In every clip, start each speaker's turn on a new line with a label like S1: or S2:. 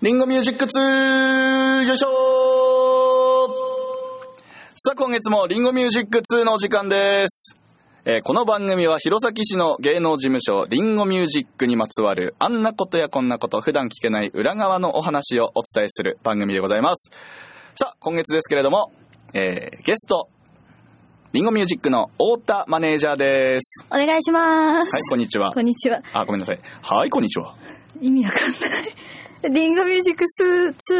S1: リンゴミュージック2よいしょさあ今月もリンゴミュージック2のお時間です、えーこの番組は弘前市の芸能事務所リンゴミュージックにまつわるあんなことやこんなこと普段聞けない裏側のお話をお伝えする番組でございますさあ今月ですけれども、えーゲストリンゴミュージックの太田マネージャーです
S2: お願いします。
S1: はいこんにちは
S2: こんにちは。
S1: あごめんなさいはいこんにちは
S2: 意味わかんない。リンゴミュージックス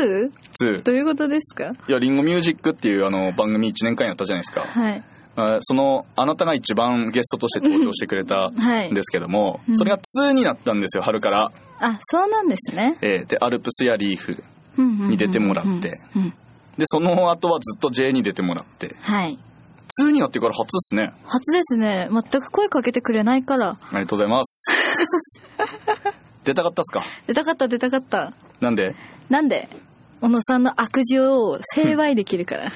S2: 2?
S1: 2
S2: どういうことですか
S1: いや、リンゴミュージックっていうあの番組1年間やったじゃないですか。
S2: はい。
S1: あその、あなたが一番ゲストとして登場してくれた
S2: は
S1: ん
S2: い
S1: で。すけども、
S2: うん
S1: それが2になったんですよ、春から。
S2: あ、そうなんですね。
S1: えーで、アルプスやリーフ。
S2: に
S1: に出てもらって。
S2: うんうん
S1: で、その後はずっと J に出てもらって。
S2: はい。
S1: 2になってから初っすね。
S2: 初ですね。全く声かけてくれないから。
S1: ありがとうございます。 出たかったっすか
S2: 出たかった、出たかった。
S1: なんで、
S2: なんで小野さんの悪事を成敗できるから。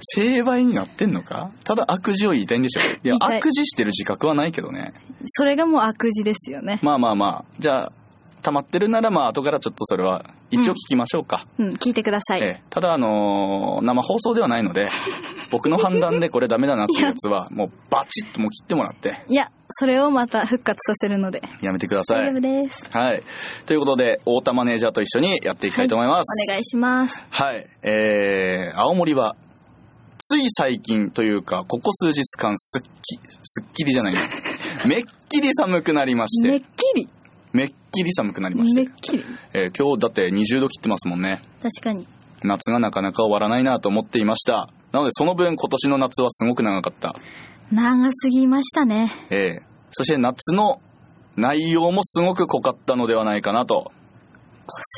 S1: 成敗になってんのかただ悪事を言いたいんでしょ。いや
S2: 言い、たい
S1: 悪事してる自覚はないけどね。
S2: それがもう悪事ですよね。
S1: まあまあまあ。じゃあ、溜まってるならまあ後からちょっとそれは一応聞きましょうか。
S2: うん、聞いてください。
S1: ええ、ただ、あのー生放送ではないの で僕の判断でこれダメだなっていうやつはもうバチッともう切ってもらって
S2: いや、それをまた復活させるので。
S1: やめてくださ
S2: 大
S1: い
S2: 丈夫。です。
S1: はい、ということで太田マネージャーと一緒にやっていきたいと思います。
S2: お願いします。
S1: はい、えー、青森は、つい最近というか、ここ数日間、すっき、すっきりじゃ ないなめっきり寒くなりまし、
S2: めってきり。
S1: めっきり寒くなりまし、
S2: めってきり。
S1: えー今日だって20度切ってますもんね。
S2: 確かに。
S1: 夏がなかなか終わらないなと思っていました。なので、その分今年の夏はすごく長かった。
S2: 長すぎましたね。
S1: えー、そして夏の内容もすごく濃かったのではないかなと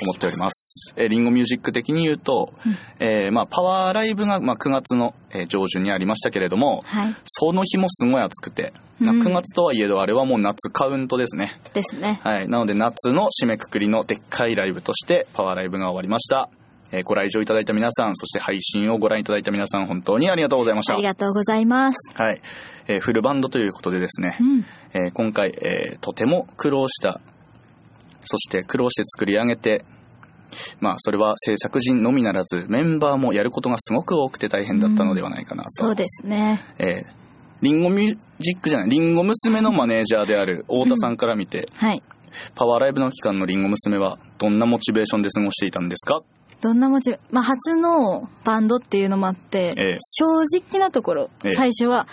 S2: 濃
S1: 思っております。えーリンゴミュージック的に言うと、
S2: うん
S1: えーまあ、パワーライブが、まあ、9月の、えー上旬にありましたけれども、
S2: はい。
S1: その日もすごい暑くて、まあ
S2: うん
S1: 9月とはいえどあれはもう夏カウントですね。
S2: ですね。
S1: はい。なので夏の締めくくりのでっかいライブとしてパワーライブが終わりました。えーご来場いただいた皆さん、そして配信をご覧いただいた皆さん、本当にありがとうございまし
S2: あ
S1: た
S2: り。がとうございます。
S1: はい。えーフルバンドということでですね、
S2: うん。
S1: えー今回、えーとても苦労したそして苦労して作り上げてまあそれは制作陣のみならずメンバーもやることがすごく多くて大変だったのではないかなと、
S2: そうですね。
S1: えーリンゴミュージックじゃないリンゴ娘のマネージャーである太田さんから見て、
S2: はい。
S1: パワーライブの期間のリンゴ娘はどんなモチベーションで過ごしていたんですか
S2: どんなモチベ、まあ、初のバンドっていうのもあって、
S1: ええ
S2: 正直なところ、
S1: ええ
S2: 最初は、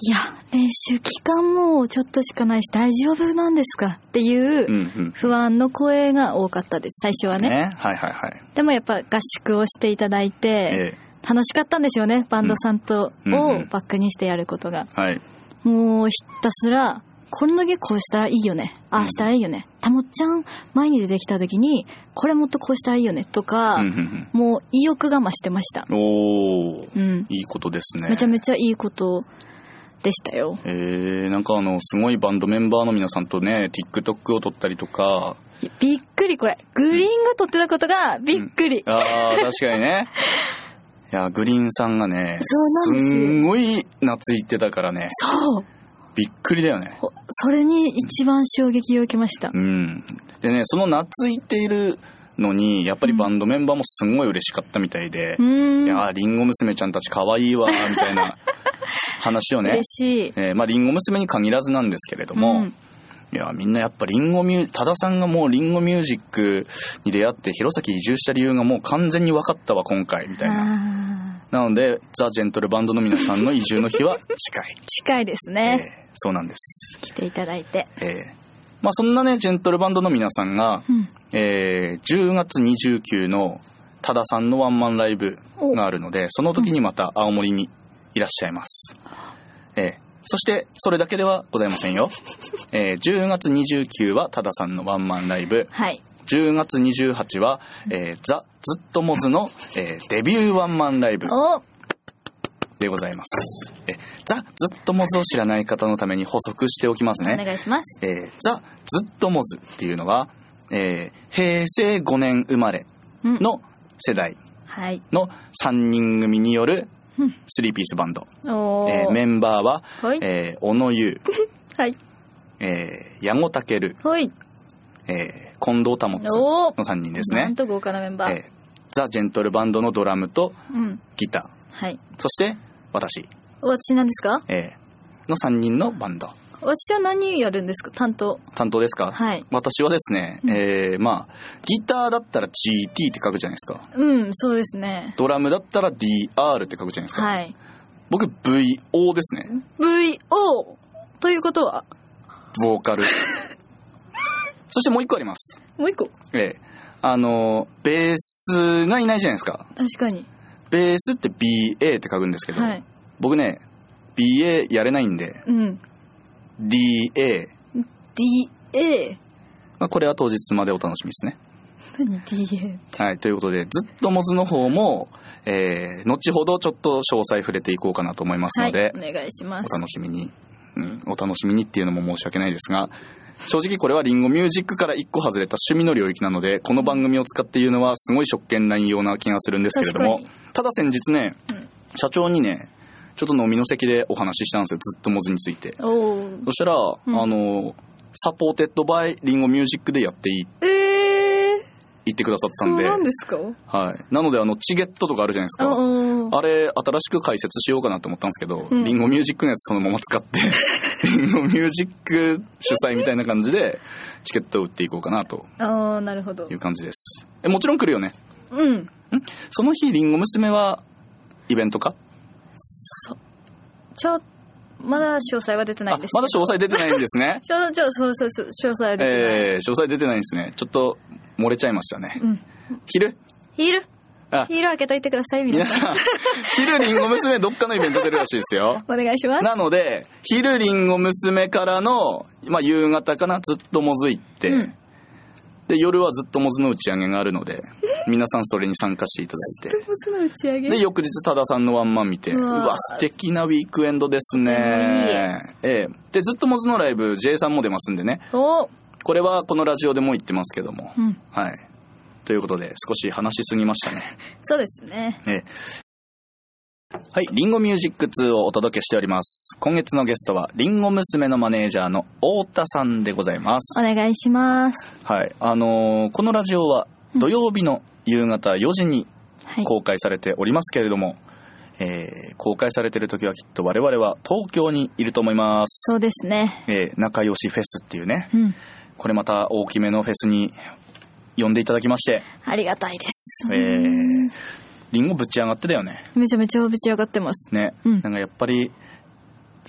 S2: いや、練習期間もちょっとしかないし大丈夫なんですかっていう
S1: う
S2: うん
S1: うん
S2: 不安の声が多かったです、最初はね。
S1: ねはいはいはい
S2: でもやっぱ合宿をしていただいて、
S1: え
S2: 楽しかったんでしょうね、バンドさんと、
S1: うんうんう
S2: を
S1: ん
S2: バックにしてやることが。
S1: ーはい
S2: もうひたすら、これだけこうしたらいいよね。あ
S1: うん
S2: あしたらいいよね。たもっちゃん、前に出てきた時に、これもっとこうしたらいいよね。とか、
S1: うんうん
S2: もう意欲が増してました。
S1: うんおー
S2: うん。
S1: いいことですね
S2: めちゃめちゃいいことでしたよ。
S1: えー、なんかあの、すごいバンドメンバーの皆さんとね、TikTok を撮ったりとか、
S2: びっくりこれ。グリーンが撮ってたことがびっくり。
S1: ああ、確かに ね。いや、グリーンさんがね、
S2: そうなんですよ
S1: んごい夏行ってたからね、
S2: そう。
S1: びっくりだよね。
S2: ほそれに一番衝撃を受けました。
S1: うん。でね、その夏行っているのに、やっぱりバンドメンバーもすごい嬉しかったみたいで
S2: う、
S1: い
S2: ーん。
S1: やー、リンゴ娘ちゃんたち可愛いわ、みたいな話をね
S2: 嬉、しい。
S1: えーまあ、リンゴ娘に限らずなんですけれども、
S2: うん
S1: いや、みんなやっぱリンゴミュー、多田さんがもうリンゴミュージックに出会って弘前移住した理由がもう完全に分かったわ、今回、みたいな。
S2: あ
S1: なので、ザ・ジェントルバンドの皆さんの移住の日は近い。
S2: ー近いです
S1: え
S2: ね。
S1: ーそうなんです。
S2: 来ていただいて。
S1: えーまあそんなね、ジェントルバンドの皆さんが、
S2: うん。
S1: えー10月29の多田さんのワンマンライブがあるので、その時にまた青森にいらっしゃいます。えーそして、それだけではございませんよ。えー10月29は多田さんのワンマンライブ。
S2: はい。
S1: 10月28は、えーザ・ずっとモズの、えーデビューワンマンライブ
S2: お
S1: でございます。えーザ・ずっとモズを知らない方のために補足しておきます
S2: お
S1: ね。
S2: 願いします。
S1: えーザ・ずっとモズっていうのは、えー平成5年生まれ
S2: うん
S1: の世代
S2: はい。
S1: の3人組による
S2: うん
S1: 3ピースバンド。
S2: おー
S1: えーメンバーは、
S2: ほい。
S1: えー小野優、
S2: はい。
S1: えー、矢後健、
S2: ほい。
S1: えー、近藤保さん
S2: お
S1: の3人です
S2: なん
S1: ね、
S2: と豪華なメンバー。
S1: えーザ・ジェントルバンドのドラムと
S2: うん。
S1: ギタ
S2: はい。
S1: ーそして私、
S2: 私なんですか
S1: えーの3人のバンド
S2: 私は何やるんですか担当。
S1: 担当ですか、
S2: はい。
S1: 私はですね、
S2: うん
S1: えーまあギターだったら GT って書くじゃないですか
S2: うん、そうですね。
S1: ドラムだったら DR って書くじゃないですか、
S2: はい。
S1: 僕 VO ですね
S2: VO! ということは、
S1: ボーカ ルそしてもう一個あります
S2: もう一個。
S1: ええあのベースがいないじゃないですか
S2: 確かに。
S1: ベースって BA って書くんですけど、
S2: はい。
S1: 僕ね BA やれないんで
S2: うん。
S1: DA、
S2: DA。
S1: まあ、これは当日までお楽しみですね
S2: 何 DA?
S1: はいということでずっとモズの方も、えー後ほどちょっと詳細触れていこうかなと思います
S2: は
S1: の
S2: い
S1: で、。
S2: お願いします。
S1: お楽しみに、うん、お楽しみにっていうのも申し訳ないですが正直これはリンゴミュージックから一個外れた趣味の領域なのでこの番組を使って言うのはすごい職権乱用な気がするんですけれども
S2: 確か
S1: ただ先日ね、
S2: うん
S1: 社長にねちょっと飲みの席でお話ししたんですよずっとモズについて
S2: おー
S1: そしたら、
S2: ん
S1: あのサポーテッドバイリンゴミュージックでやっていい
S2: えー、
S1: 言ってくださった
S2: そうん
S1: で
S2: なんですかうん
S1: はい、なのであのチゲットとかあるじゃないですか
S2: うんうん
S1: あれ、新しく解説しようかなと思ったんですけど、
S2: うん
S1: リンゴミュージックのやつそのまま使 って、リンゴミュージック主催みたいな感じで、チケットを売っていこうかなと
S2: あー、なるほど
S1: い。う感じです。え、もちろん来るよね。
S2: うん。
S1: その日、リンゴ娘は、イベントか
S2: ちょ、まだ詳細は出
S1: あ
S2: てな
S1: ま
S2: い
S1: だ
S2: んです。。
S1: 詳細出てないんですね
S2: ちょ、ちょ、そうそうそう、詳細は 出てない。
S1: えー、詳細出てないんですね。ちょっと、漏れちゃいましたね。
S2: うん。
S1: 昼
S2: ヒール
S1: あ
S2: ヒール開けといてください、皆
S1: 皆
S2: さん。
S1: さ ん、昼リンゴ娘どっかのイベント出るらしいですよ。
S2: お願いします。
S1: なので、昼リンゴ娘からの、まあ、夕方かな、ずっともずいって、
S2: うん
S1: で、夜はずっともずの打ち上げがある ので、皆さんそれに参加していただい
S2: ボツの打ち上
S1: て、
S2: げ
S1: で、翌日、多田さんのワンマン見て、う
S2: うわ
S1: わ、素敵なウィークエンドですね。ええ。で、ずっともずのライブ、J さんも出ますんでね、
S2: お
S1: これはこのラジオでも言ってますけども、
S2: うん。
S1: はい。ということで、少し話しすぎましたね。
S2: そうですね。
S1: はい、リンゴミュージック2をお届けしております。今月のゲストは、リンゴ娘のマネージャーの太田さんでございます。
S2: お願いします。
S1: はい、あのーこのラジオは
S2: うん
S1: 土曜日の夕方4時に
S2: はい。
S1: 公開されておりますけれども、えー公開されてる時はきっと我々は東京にいると思います。
S2: そうですね。
S1: えー仲良しフェスっていうね、
S2: うん。
S1: これまた大きめのフェスに呼んでいただきまして、
S2: ありがたいです。
S1: えーリンゴぶち上がってだよね。
S2: めちゃめちゃぶち上がってます。
S1: ね、
S2: うん
S1: なんかやっぱり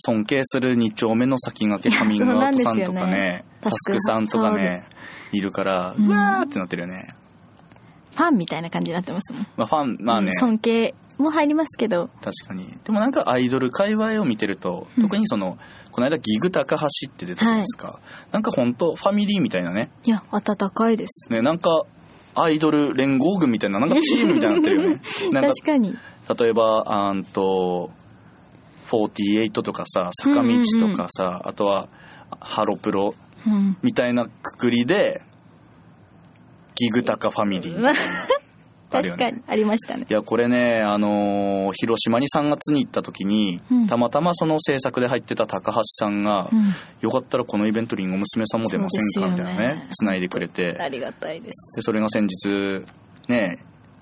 S1: 尊敬する2丁目の先駆けカ ミングアウトさんとかね
S2: そうなんですよね
S1: タスクさんとかねいるから
S2: うん
S1: うわーってなってるよね、
S2: ファンみたいな感じになってますもん。
S1: まあ、ファンまあね、
S2: うん尊敬も入りますけど。
S1: 確かにでもなんかアイドル界隈を見てると、
S2: うん
S1: 特にそのこの間ギグ高橋って出たじゃないですか、なんか本当ファミリーみたいなね
S2: いや、暖かいです。
S1: ねなんかアイドル連合軍みたいななんかチームみたいになってる よねなん
S2: 確かに。
S1: か例えばあーんと48とかさ坂道とかさ、あとはハロプロ
S2: うん。
S1: みたいなくくりでギグタカファミリーあるよね
S2: 確かに。ありましたね。
S1: いやこれね、あのー広島に3月に行った時に、
S2: うん
S1: たまたまその制作で入ってた高橋さんが、
S2: うん。
S1: よかったらこのイベントリンゴ娘さんも出ませんかみ
S2: そうです
S1: た
S2: よね
S1: いなね繋いでくれて
S2: ありがたいです。
S1: でそれが先日ね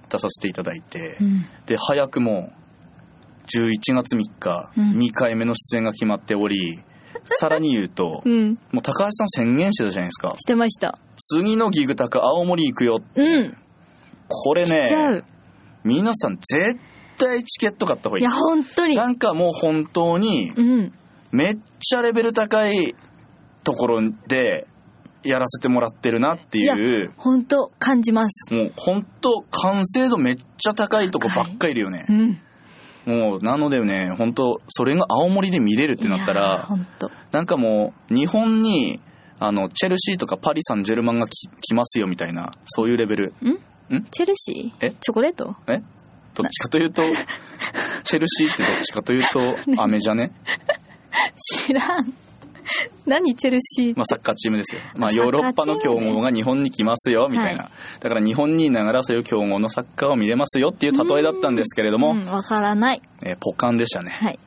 S1: 出させていただいて、
S2: うん。
S1: で早くも11月3日、
S2: うん
S1: 2回目の出演が決まっておりさらに言うと、
S2: うん。
S1: もう高橋さん宣言してたじゃないですか
S2: してました。
S1: 次のギグタク青森行くよ
S2: うん。
S1: これ
S2: 来ちゃ
S1: ね
S2: う。
S1: 皆さん絶対チケット買った方がいい
S2: いや、本当に
S1: な。んかもう本当に
S2: うん。
S1: めっちゃレベル高いところでやらせてもらってるなっていう
S2: 本当感じます。
S1: もう本当完成度めっちゃ高いとこばっかりいるよね
S2: うん。
S1: もうなのでね本当それが青森で見れるってなったら
S2: 本当。
S1: なんかもう日本にあのチェルシーとかパリ・サンジェルマンが来来ますよみたいなそういうレベル
S2: チェルシー
S1: え
S2: チョコレート
S1: えどっちかという とチェルシーってどっちかというとアメじゃね、
S2: 知らん。 何チェルシー
S1: まあ、サッカーチーム ですよ、まあ、
S2: サッ
S1: ヨ
S2: カー
S1: ーロッパの強豪が日本に来ますよみたいな、
S2: は
S1: だから日本にいながらそういう強豪のサッカーを見れますよっていう例えだったんですけれども、
S2: うん、わからない。
S1: えーポカンでしたね
S2: はい。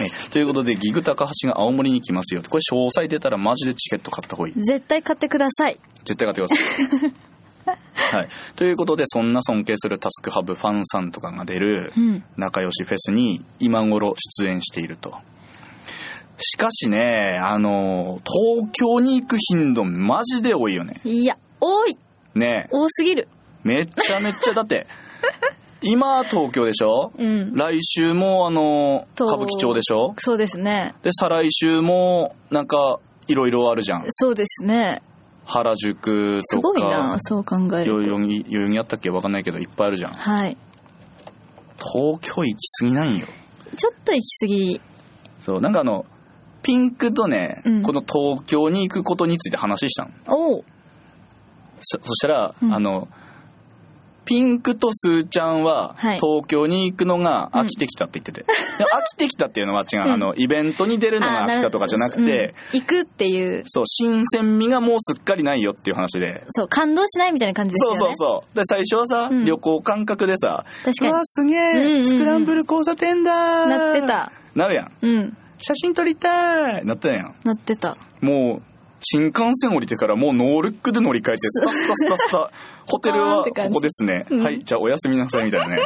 S1: ねということで、ギグ高橋が青森に来ますよ。これ詳細出たらマジでチケット買った方がいい。
S2: 絶対買ってください。
S1: 絶対買ってくだ さい。はい。ということで、そんな尊敬するタスクハブファンさんとかが出る
S2: うん。
S1: 仲良しフェスに今頃出演していると。しかしね、あの、東京に行く頻度マジで多いよね。
S2: いや、多い。
S1: ね
S2: 多すぎる。
S1: めちゃめ ちゃ、だって、今東京でしょ
S2: うん。
S1: 来週もあの、
S2: と
S1: 歌舞伎町でしょ
S2: そうですね。
S1: で、再来週もなんかいろいろあるじゃん。
S2: そうですね。
S1: 原宿
S2: す
S1: と
S2: ごいな
S1: か、、
S2: そう考
S1: 代
S2: えると。
S1: 々木代々木あったっけわかんないけど、いっぱいあるじゃん。
S2: はい。
S1: 東京行き過ぎないよ。
S2: ちょっと行き過ぎ。
S1: そう、なんかあの、ピンクとね、
S2: うん
S1: この東京に行くことについて話したの。
S2: おう。
S1: そそしたら、
S2: うん
S1: あの、ピンクとスーちゃんは、
S2: はい
S1: 東京に行くのが飽きてきたって言ってて。でも飽きてきたっていうのは違う、
S2: うん
S1: あの、イベントに出るのが飽きたとかじゃなく
S2: あ
S1: て、、
S2: うん行くっていう、
S1: そう、新鮮味がもうすっかりないよっていう話で。
S2: そう、感動しないみたいな感じです
S1: そ
S2: よ
S1: う
S2: ね。
S1: そうそう。で、最初はさ、
S2: うん
S1: 旅行感覚でさ、う
S2: 確か
S1: わ、すげ
S2: うんうんう
S1: え、
S2: ん
S1: スクランブル交差点だー
S2: に。なって。た。
S1: なるやん。
S2: うん。
S1: 写真撮りたいなったやん。
S2: なってた。
S1: もう、新幹線降りてからもうノールックで乗り換えて、スタスタスタス タ、ホテルはここですね。
S2: うん
S1: はい、じゃあおやすみなさいみたいなね。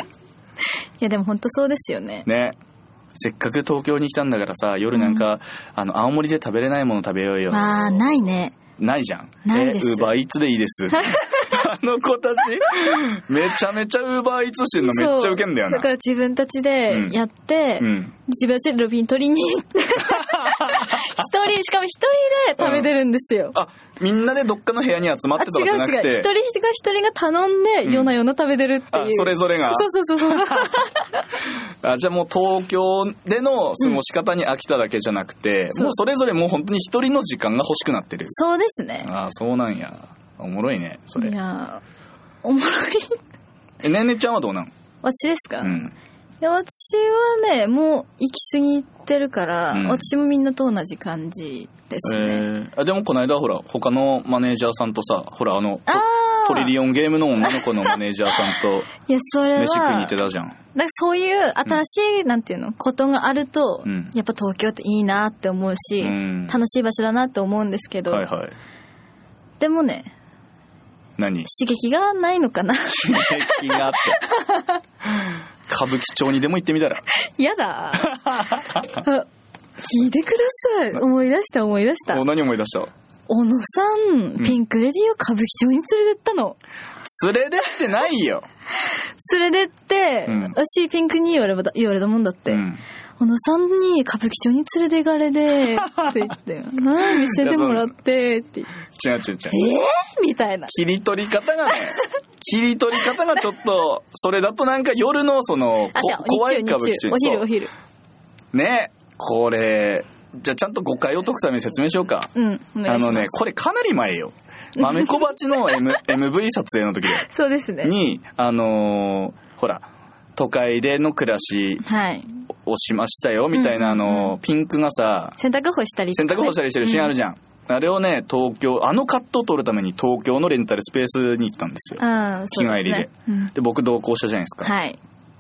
S2: いや、でも本当そうですよね。
S1: ね。せっかく東京に来たんだからさ、夜なんか、あの、青森で食べれないもの食べようよ。
S2: まあ、ないね。
S1: ないじゃん。
S2: ないです
S1: え、ウーバーイーツでいい です。あの子たち、めちゃめちゃウーバーイーツしてんのめっちゃウケんだよ
S2: そ
S1: な
S2: うだか。ら自分たちでやって、
S1: うん。
S2: 自分たちでロビン取りに行って、 一人、しかも一人で食べてるんですよ。
S1: あ、みんなでどっかの部屋に集まっ
S2: あ、
S1: てとかじゃな
S2: 違
S1: く
S2: う違う。
S1: て
S2: 一、人が一人が頼んで、
S1: うん
S2: 夜な夜な食べてるってい
S1: あ
S2: う。、
S1: それぞれが。
S2: そうそうそうそう。
S1: あじゃあもう東京での過ごし方に飽きただけじゃなくて、
S2: そう
S1: もうそれぞれもう本当に一人の時間が欲しくなってる。
S2: そうですね。
S1: ああ、そうなんや。おもろいね、そ
S2: い
S1: れ。
S2: やーおもろい。
S1: え、ねんねちゃんはどうなん
S2: 私ですか、
S1: う
S2: い
S1: ん。
S2: や私はね、もう行き過ぎてるから、
S1: うん
S2: 私もみんなと同じ感じです
S1: え
S2: ね。
S1: ー、あでもこの間ほら、他のマネージャーさんとさ、ほらあの、
S2: ああ
S1: トリリオンゲームの女の子のマネージャーさんと
S2: いや、それは、
S1: 飯食いに行って
S2: なん
S1: た
S2: か
S1: じゃん。
S2: そういう新しい、なんていうの、ことがあると、
S1: うん
S2: やっぱ東京っていいなって思うし、
S1: うん
S2: 楽しい場所だなって思うんですけど、
S1: はいはい。
S2: でもね、
S1: 何
S2: 刺激がないのかな
S1: 刺激があって。歌舞伎町にでも行ってみたら。
S2: や だあ聞いてください思い出した思い出した
S1: お何思い出した
S2: 小野さ
S1: うん
S2: ん、ピンクレディを歌舞伎町に連れてったの。
S1: 連れてってないよ。
S2: 連れてって、
S1: うん
S2: 私ピンクに言われた言われたもんだって、
S1: うん
S2: 小野さんに歌舞伎町に連れていかれで、っ て言って、うん見せてもらって、って言って
S1: 違う違う違う。
S2: えー、みたいな。
S1: 切り取り方がね、 切り取り方がちょっと、それだとなんか夜のその、
S2: あ、じゃ
S1: こ怖い歌舞伎
S2: 日中
S1: 町
S2: お
S1: に
S2: 昼
S1: そ
S2: お昼。
S1: う。ね、これ、じゃあちゃんと誤解を解くために説明しようか。
S2: うん、お願
S1: あ
S2: いします。
S1: のね、これかなり前よ。豆小鉢の M MV 撮影の時だよ
S2: そうですね。
S1: に、あのーほら、都会での暮らし
S2: はい。
S1: をしましたよ、みたいな、あのーピンクがさ、
S2: 洗濯干したりと
S1: 洗
S2: かね、
S1: 濯干したりしてるシーンあるじゃん。あれをね、東京、あのカットを撮るために東京のレンタルスペースに行ったんですよ。
S2: うん、そうですね
S1: 日帰りで。
S2: うん
S1: で、僕同行したじゃないですか。
S2: はい。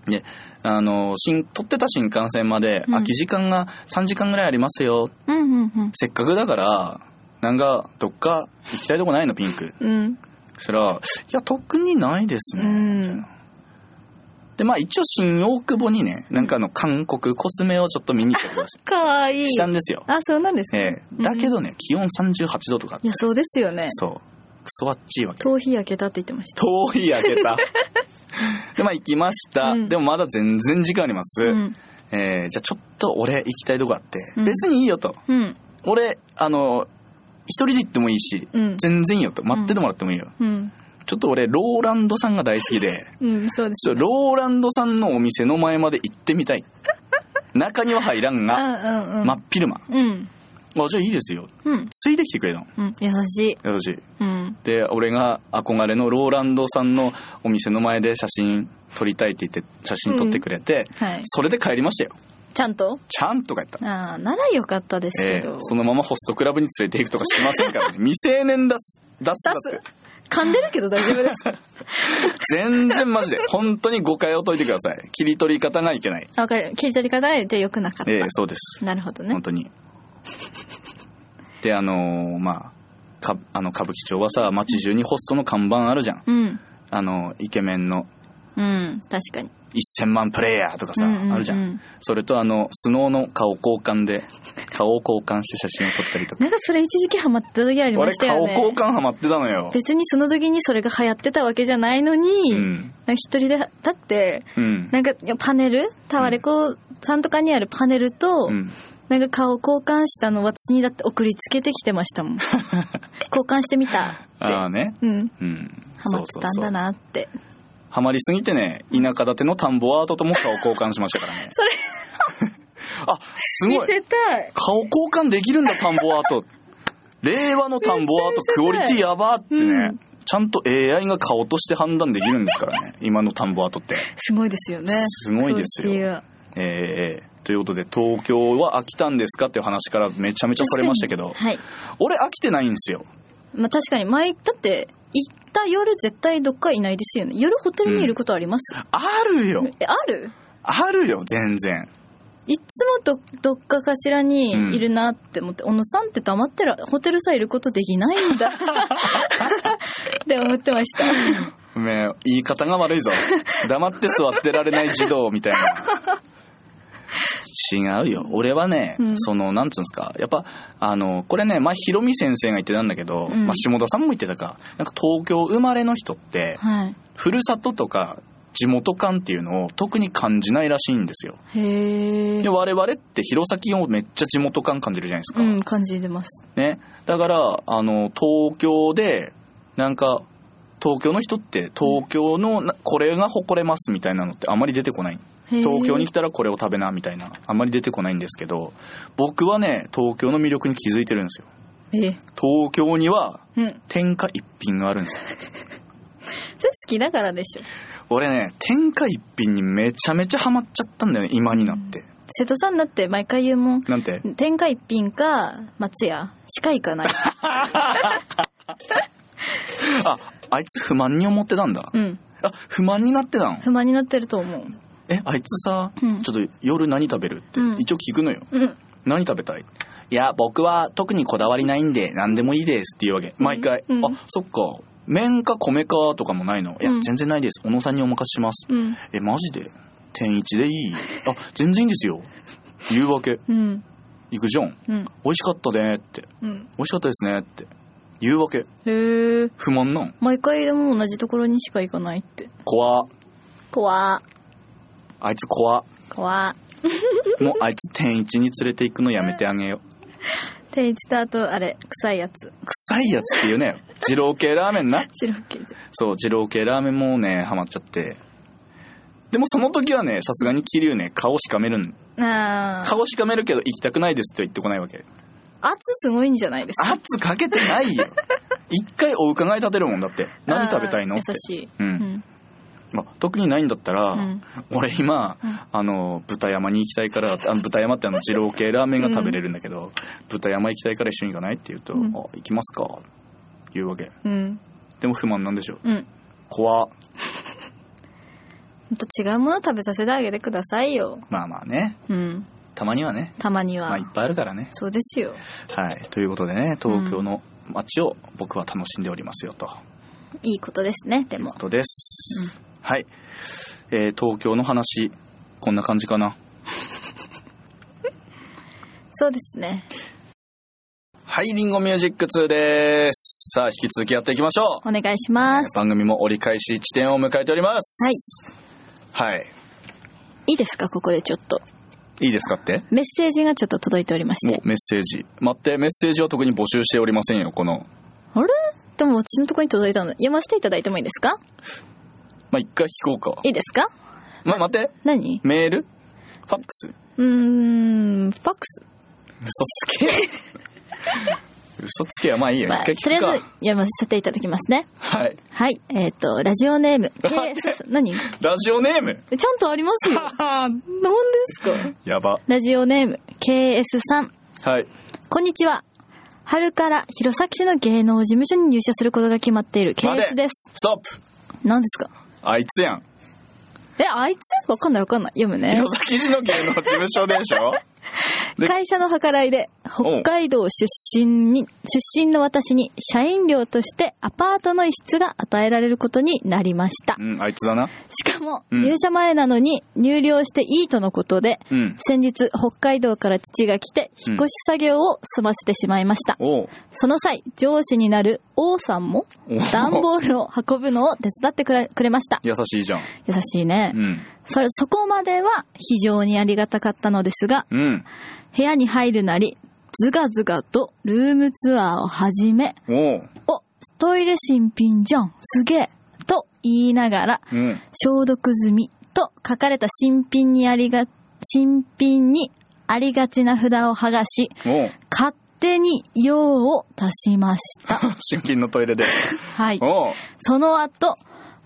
S1: で、あの、新、撮ってた新幹線まで、
S2: うん
S1: 空き時間が3時間ぐらいありますよ。
S2: うんうん
S1: せっかくだから、なんか、どっか行きたいとこないの、ピンク。
S2: うん。うん。
S1: そしたら、いや、特にないですね。
S2: うん
S1: みたいなで、まあ一応新大久保にね、なんかあの、韓国コスメをちょっと見に行ったりとかし
S2: かわいい。
S1: したんですよ。
S2: あ、そうなんですね。
S1: ええだけどね、気温38度とかあっ
S2: い
S1: て
S2: や、そうですよね。
S1: そう。クソあっちいわけ。
S2: 頭皮焼けたって言ってました。
S1: 遠い開 けた。で、まあ行きました。
S2: うん
S1: でもまだ全然時間あります。
S2: うん。
S1: えーじゃあちょっと俺行きたいとこあって、
S2: うん
S1: 別にいいよと。
S2: うん。
S1: 俺、あの、一人で行ってもいいし、
S2: うん
S1: 全然いいよと。待っててもらってもいいよ。
S2: うん。
S1: ちょっと俺、ローランドさんが大好きで、
S2: うん、そうで
S1: ち
S2: す
S1: ょっ
S2: ね。
S1: とローランドさんのお店の前まで行ってみ たい。中には入らん
S2: う
S1: が、
S2: んうんうん。
S1: 真っ昼間。あ、
S2: うん。
S1: じゃあいいですよ。
S2: うん。
S1: ついてきてくれたの。
S2: うん。優しい。
S1: 私。
S2: うん。
S1: で、俺が憧れのローランドさんのお店の前で写真撮りたいって言って、写真撮ってくれて、
S2: はい。
S1: それで帰りましたよ。
S2: ちゃんと
S1: ちゃんと帰った。
S2: ああ、ならよかったです
S1: え
S2: け
S1: え
S2: ど。
S1: そのままホストクラブに 連れて行くとかしませんからね未成年だす出すだ
S2: 出
S1: って
S2: 噛んでるけど大丈夫です。
S1: 全然マジで。本当に誤解を解いてください。切り取り方がいけない。
S2: あわかる切り取り方じゃあ良くなかった、
S1: ええそうです。
S2: なるほどね
S1: 本当に。で、あのーまあ、か、あの、歌舞伎町はさ、街中にホストの看板あるじゃん。
S2: うん
S1: あの、イケメンの
S2: うん確かに
S1: 1000万プレイヤーとかさ、
S2: うんうんうん
S1: あるじゃん。それとあの、スノーの顔交換 で、顔を交換して写真を撮ったりとか。
S2: なんかそれ一時期ハマった時ありま
S1: 俺
S2: した
S1: 顔
S2: よ
S1: 交
S2: ね
S1: 換ハマってたのよ。
S2: 別にその時にそれが流行ってたわけじゃないのに、
S1: うん。
S2: なんか一人でだって
S1: うん。
S2: なんかいやパネルタワレコさんとかにあるパネルと、
S1: うん。
S2: なんか顔交換したの私にだって送りつけてきてま したもん交換してみた
S1: ああね。
S2: うん
S1: うん。
S2: ハマってたんだなって
S1: ハマりすぎてね、田舎建ての田んぼアートとも顔交換しましたからね。
S2: それ
S1: あ、すごい
S2: 見せたい
S1: 顔交換できるんだ、田んぼアート。令和の田んぼアート、クオリティやばーってね、
S2: うん
S1: ちゃんと AI が顔として判断できるんですからね、今の田んぼアートって。
S2: すごいですよね
S1: すごいですよ
S2: クオリティが
S1: えーえーということで、東京は飽きたんですかっていう話からめちゃめちゃそれましたけど、
S2: はい
S1: 俺飽きてないんですよ。
S2: まあ確かに前だって行った夜絶対どっかいないですよね夜ホテルにいることあります、
S1: あるよ
S2: えある
S1: あるよ、全然。
S2: いつもどどっかかしらにいるなって思って、小野さんって黙ってらホテルさえいることできないんだって思ってました
S1: ねえ言い方が悪い ぞ。黙って座ってられない児童みたいな。違うよ。俺はね、
S2: うん
S1: その、なんつうんですか。やっぱ、あの、これね、まあ、ひろみ先生が言ってたんだけど、
S2: うん
S1: まあ、下田さんも言ってたか。なんか東京生まれの人って、
S2: はい
S1: ふるさととか地元感っていうのを特に感じないらしいんですよ。
S2: へえ
S1: で、我々って弘前をめっちゃ地元感感じるじゃないですか。
S2: うん感じれます
S1: ね。だから、あの、東京で、なんか、東京の人って東京のなこれが誇れますみたいなのってあまり出てこない。東京に来たらこれを食べなみたいな、あまり出てこないんですけど、僕はね、東京の魅力に気づいてるんですよ。
S2: ええ
S1: 東京には
S2: うん
S1: 天下一品があるんですよ。
S2: それ好きだからでしょ
S1: 俺ね、天下一品にめちゃめちゃハマっちゃったんだよね、今になって。
S2: 瀬戸さんだって毎回言うもん
S1: なんて
S2: 天下一品か松屋しか行 かない
S1: あ、あいつ不満に思ってたんだ。
S2: うん
S1: あ、不満になってたの
S2: 不満になってると思う
S1: え、あいつさ、
S2: うん
S1: ちょっと夜何食べるって
S2: うん
S1: 一応聞くのよ。
S2: うん
S1: 何食べたいいや僕は特にこだわりないんで何でもいいですっていうわけ毎回、
S2: うん
S1: あそっか麺か米かとかもないのいや、
S2: うん
S1: 全然ないです小野さんにお任せします、
S2: うん
S1: えマジで天一でいいあ全然いいんですよ言うわけ
S2: うん
S1: 行くじゃん
S2: うん
S1: 美味しかったねって
S2: うん
S1: 美味しかったですねって言うわけ
S2: へえ
S1: 不満なん
S2: 毎回でも同じところにしか行かないって
S1: 怖
S2: 怖
S1: あいつ怖
S2: 怖
S1: もうあいつ天一に連れて行くのやめてあげよう
S2: 天一とあとあれ臭いやつ
S1: 臭いやつっていうね二郎系ラーメンな
S2: 白系じ
S1: そう、二郎系ラーメンもね、ハマっちゃって。でもその時はね、さすがに桐生ね、顔しかめるん。
S2: ゃんあー
S1: 顔しかめるけど行きたくないですって言ってこないわけ。
S2: 圧すごいんじゃないですか
S1: 圧かけてないよ。一回お伺い立てるもんだって。何食べたいの
S2: あ
S1: っ
S2: ー
S1: て
S2: 優。しい
S1: うん
S2: うん
S1: まあ特にないんだったら、
S2: うん
S1: 俺今、
S2: うん
S1: あの、豚山に行きたいから、あの豚山ってあの二郎系ラーメンが食べれるんだけど、豚山行きたいから一緒に行かないって言うと、
S2: うん
S1: あ、行きますか。言うわけ。
S2: うん
S1: でも不満なんでしょ。
S2: うん
S1: 怖っ
S2: ほんと違うもの食べさせてあげてくださいよ
S1: まあまあね。
S2: うん
S1: たまにはね。
S2: たまには、
S1: まあいっぱいあるからね。
S2: そうですよ
S1: はい、ということでね東京の街を僕は楽しんでおりますよと
S2: いいことですねで
S1: いう
S2: も
S1: ことです、はい、えー東京の話こんな感じかな
S2: そうですね
S1: はいリンゴミュージック2ですさあ引き続きやっていきましょう
S2: お願いしま
S1: えー
S2: す
S1: 番組も折り返し地点を迎えております
S2: はい
S1: はい
S2: いいですかここでちょっと
S1: いいですかって
S2: メッセージがちょっと届いておりまし
S1: も
S2: て
S1: うメッセージ待ってメッセージは特に募集しておりませんよこの
S2: あれでも私のところに届いたの読ませていただいてもいいですか
S1: まあ一回聞こうか
S2: いいですか
S1: ま待って
S2: 何
S1: メールファックス
S2: うーんファックス、
S1: 嘘つけ嘘つけはまあいいよ、
S2: まあ、と
S1: 一
S2: りあ
S1: 回
S2: えず
S1: 聞くか
S2: 読ませていただきますね
S1: はい
S2: はいえっ、とラジオネー ム
S1: 待って
S2: えーそうそう何ち
S1: ラジオネーム
S2: ゃんとあ りますよ何ですか
S1: やば。
S2: ラジオネーム KS さん
S1: はい。
S2: こんにちは春から弘前市の芸能事務所に入社することが決まっている
S1: 待て
S2: KS です
S1: ストップ
S2: 何ですか
S1: あいつやん。
S2: え、あいつわかんないわかんない。読むね。
S1: 弘前市の芸能事務所でしょで
S2: 会社の計らいで、北海道出身に、出身の私に社員寮としてアパートの一室が与えられることになりました
S1: う。ん、あいつだな。
S2: しかも、
S1: うん
S2: 入社前なのに入寮していいとのことで、
S1: うん。
S2: 先日北海道から父が来て
S1: うん
S2: 引っ越し作業を済ませてしまいました。
S1: おう。
S2: その際、上司になる王さんも
S1: お
S2: 段ボールを運ぶのを手伝ってくれくれました。
S1: 優しいじゃん。
S2: 優しいね。
S1: うん。
S2: それ、そこまでは非常にありがたかったのですが、
S1: うん。
S2: 部屋に入るなり、ズガズガとルームツアーを始め、
S1: おう。
S2: お、トイレ新品じゃん、すげえ、と言いながら、
S1: うん。
S2: 消毒済みと書かれた新品にありが、新品にありがちな札を剥がし、
S1: おう。
S2: 勝手に用を足しました。
S1: 新品のトイレで。
S2: はい。
S1: おう。
S2: その後、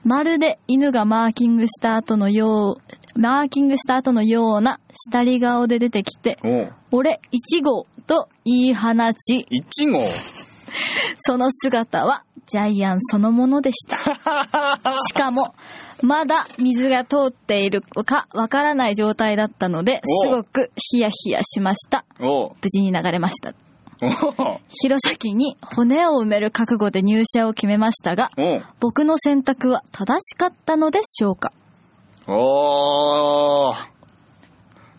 S2: まるで犬がマーキングした後のよう、マーキングした後のような下り顔で出てきて、
S1: おう。
S2: 俺1号と言い放ち、
S1: いちご。
S2: その姿はジャイアンそのもの でした。しかも、まだ水が通っているかわからない状態だったので、
S1: お
S2: すごくヒヤヒヤしました。
S1: おう。
S2: 無事に流れました。
S1: おう。
S2: 弘前に骨を埋める覚悟で入社を決めましたが、
S1: おう。
S2: 僕の選択は正しかったのでしょうか
S1: おー。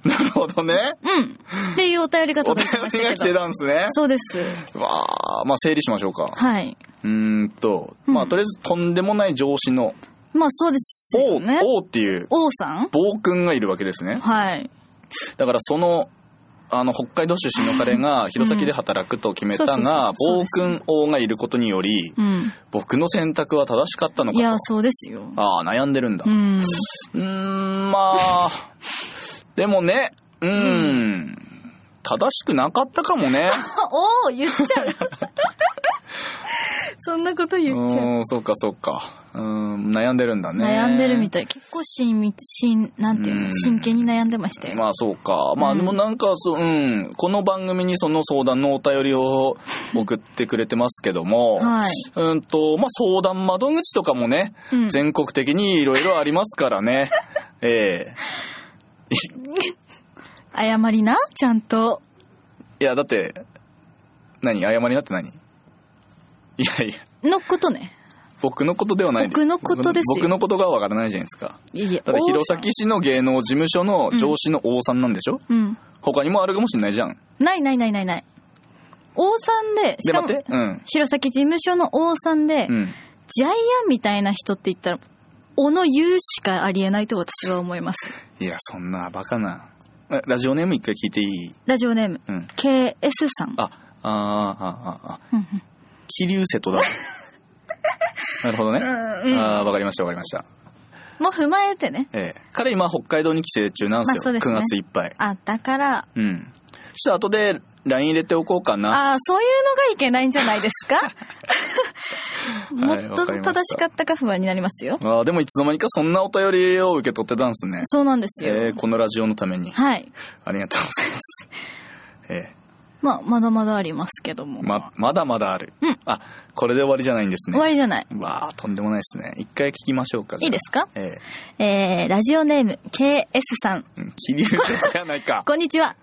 S1: なるほどね。
S2: うん。っていうお便りが
S1: お
S2: 届
S1: 便
S2: きまし
S1: りが
S2: た
S1: 来て
S2: けど。
S1: たんですね。
S2: そうです。
S1: わあ、まあ整理しましょうか。
S2: はい。
S1: うーんと、まあ
S2: うん
S1: とりあえずとんでもない上司の、
S2: まあそうです
S1: 王
S2: よね。
S1: 王っていう
S2: 王さん
S1: 暴君がいるわけですね。
S2: はい。
S1: だからその、あの、北海道出身の彼が弘前で働くと決めたが、
S2: そうそ
S1: 暴
S2: うそ
S1: 君王がいることにより、
S2: うん。
S1: 僕の選択は正しかったの
S2: いや
S1: か、と。
S2: そうですよ。
S1: ああ、悩んでるんだ
S2: う。ん。
S1: うーん、まあ、 でもね、うーん、正しくなかったかもね。
S2: おお言っちゃう。 そんなこと
S1: う
S2: 言っちゃう。
S1: ーん、そうかそうか。うーん、悩んでるんだね。
S2: 悩んでるみたい。結構親密、親、なんていう
S1: うん
S2: の、真剣に悩んでましたよ。
S1: まあそうか。まあ
S2: うん
S1: でもなんかそう、うん、この番組にその相談のお便りを送ってくれてますけども、
S2: はい。
S1: うんと、まあ相談窓口とかもね、
S2: うん
S1: 全国的にいろいろありますから ね。ええ
S2: 謝りな、ちゃんと。
S1: いや、だって、何謝りなって何いやいや、
S2: のことね。
S1: 僕のことではない
S2: 僕のことですよ
S1: 僕のことがわからないじゃないですか。
S2: いいえ
S1: だって弘
S2: 王
S1: 前市の芸能事務所の上司の王さんなんでしょ、
S2: さんうん。
S1: 他にもあるかもしれないじゃん。
S2: ないないないないない。王さんで、し
S1: で、
S2: かも
S1: 待、って。うん。
S2: 弘前事務所の王さんで、
S1: うん。
S2: ジャイアンみたいな人って言ったら、小野優しかありえないと私は思います。
S1: いや、そんなバカな。えラジオネーム一回聞いていい
S2: ラジオネーム、
S1: うん。
S2: KS さん。
S1: あ、あーあー、あーあー、
S2: うんうん
S1: 気流瀬戸 だ。なるほどね。
S2: うんうん
S1: ああ、わかりました、わかりました。
S2: もう踏まえてね。
S1: ええ彼今、北海道に帰省中なんですよ。
S2: まあそうですね
S1: 9月いっぱい。
S2: あ、だから、
S1: うん。ちょっと後で LINE 入れておこうかな。
S2: ああ、そういうのがいけないんじゃないです か
S1: はい
S2: もっと
S1: わかりました
S2: 正しかったか不安になりますよ。
S1: ああ、でもいつの間にかそんなお便りを受け取ってたんですね。
S2: そうなんですよ。
S1: ええこのラジオのために。
S2: はい。
S1: ありがとうござい ます。え
S2: まあ、まだまだありますけど
S1: え
S2: も。
S1: ま、まだまだある。
S2: うん
S1: あ、これで終わりじゃないんですね。
S2: 終わりじゃない。
S1: わあ、とんでもないですね。一回聞きましょうか。じゃあ
S2: いいですか
S1: ええ
S2: えー、ラジオネーム、KS さん。。
S1: うん気流じゃないか
S2: こんにちは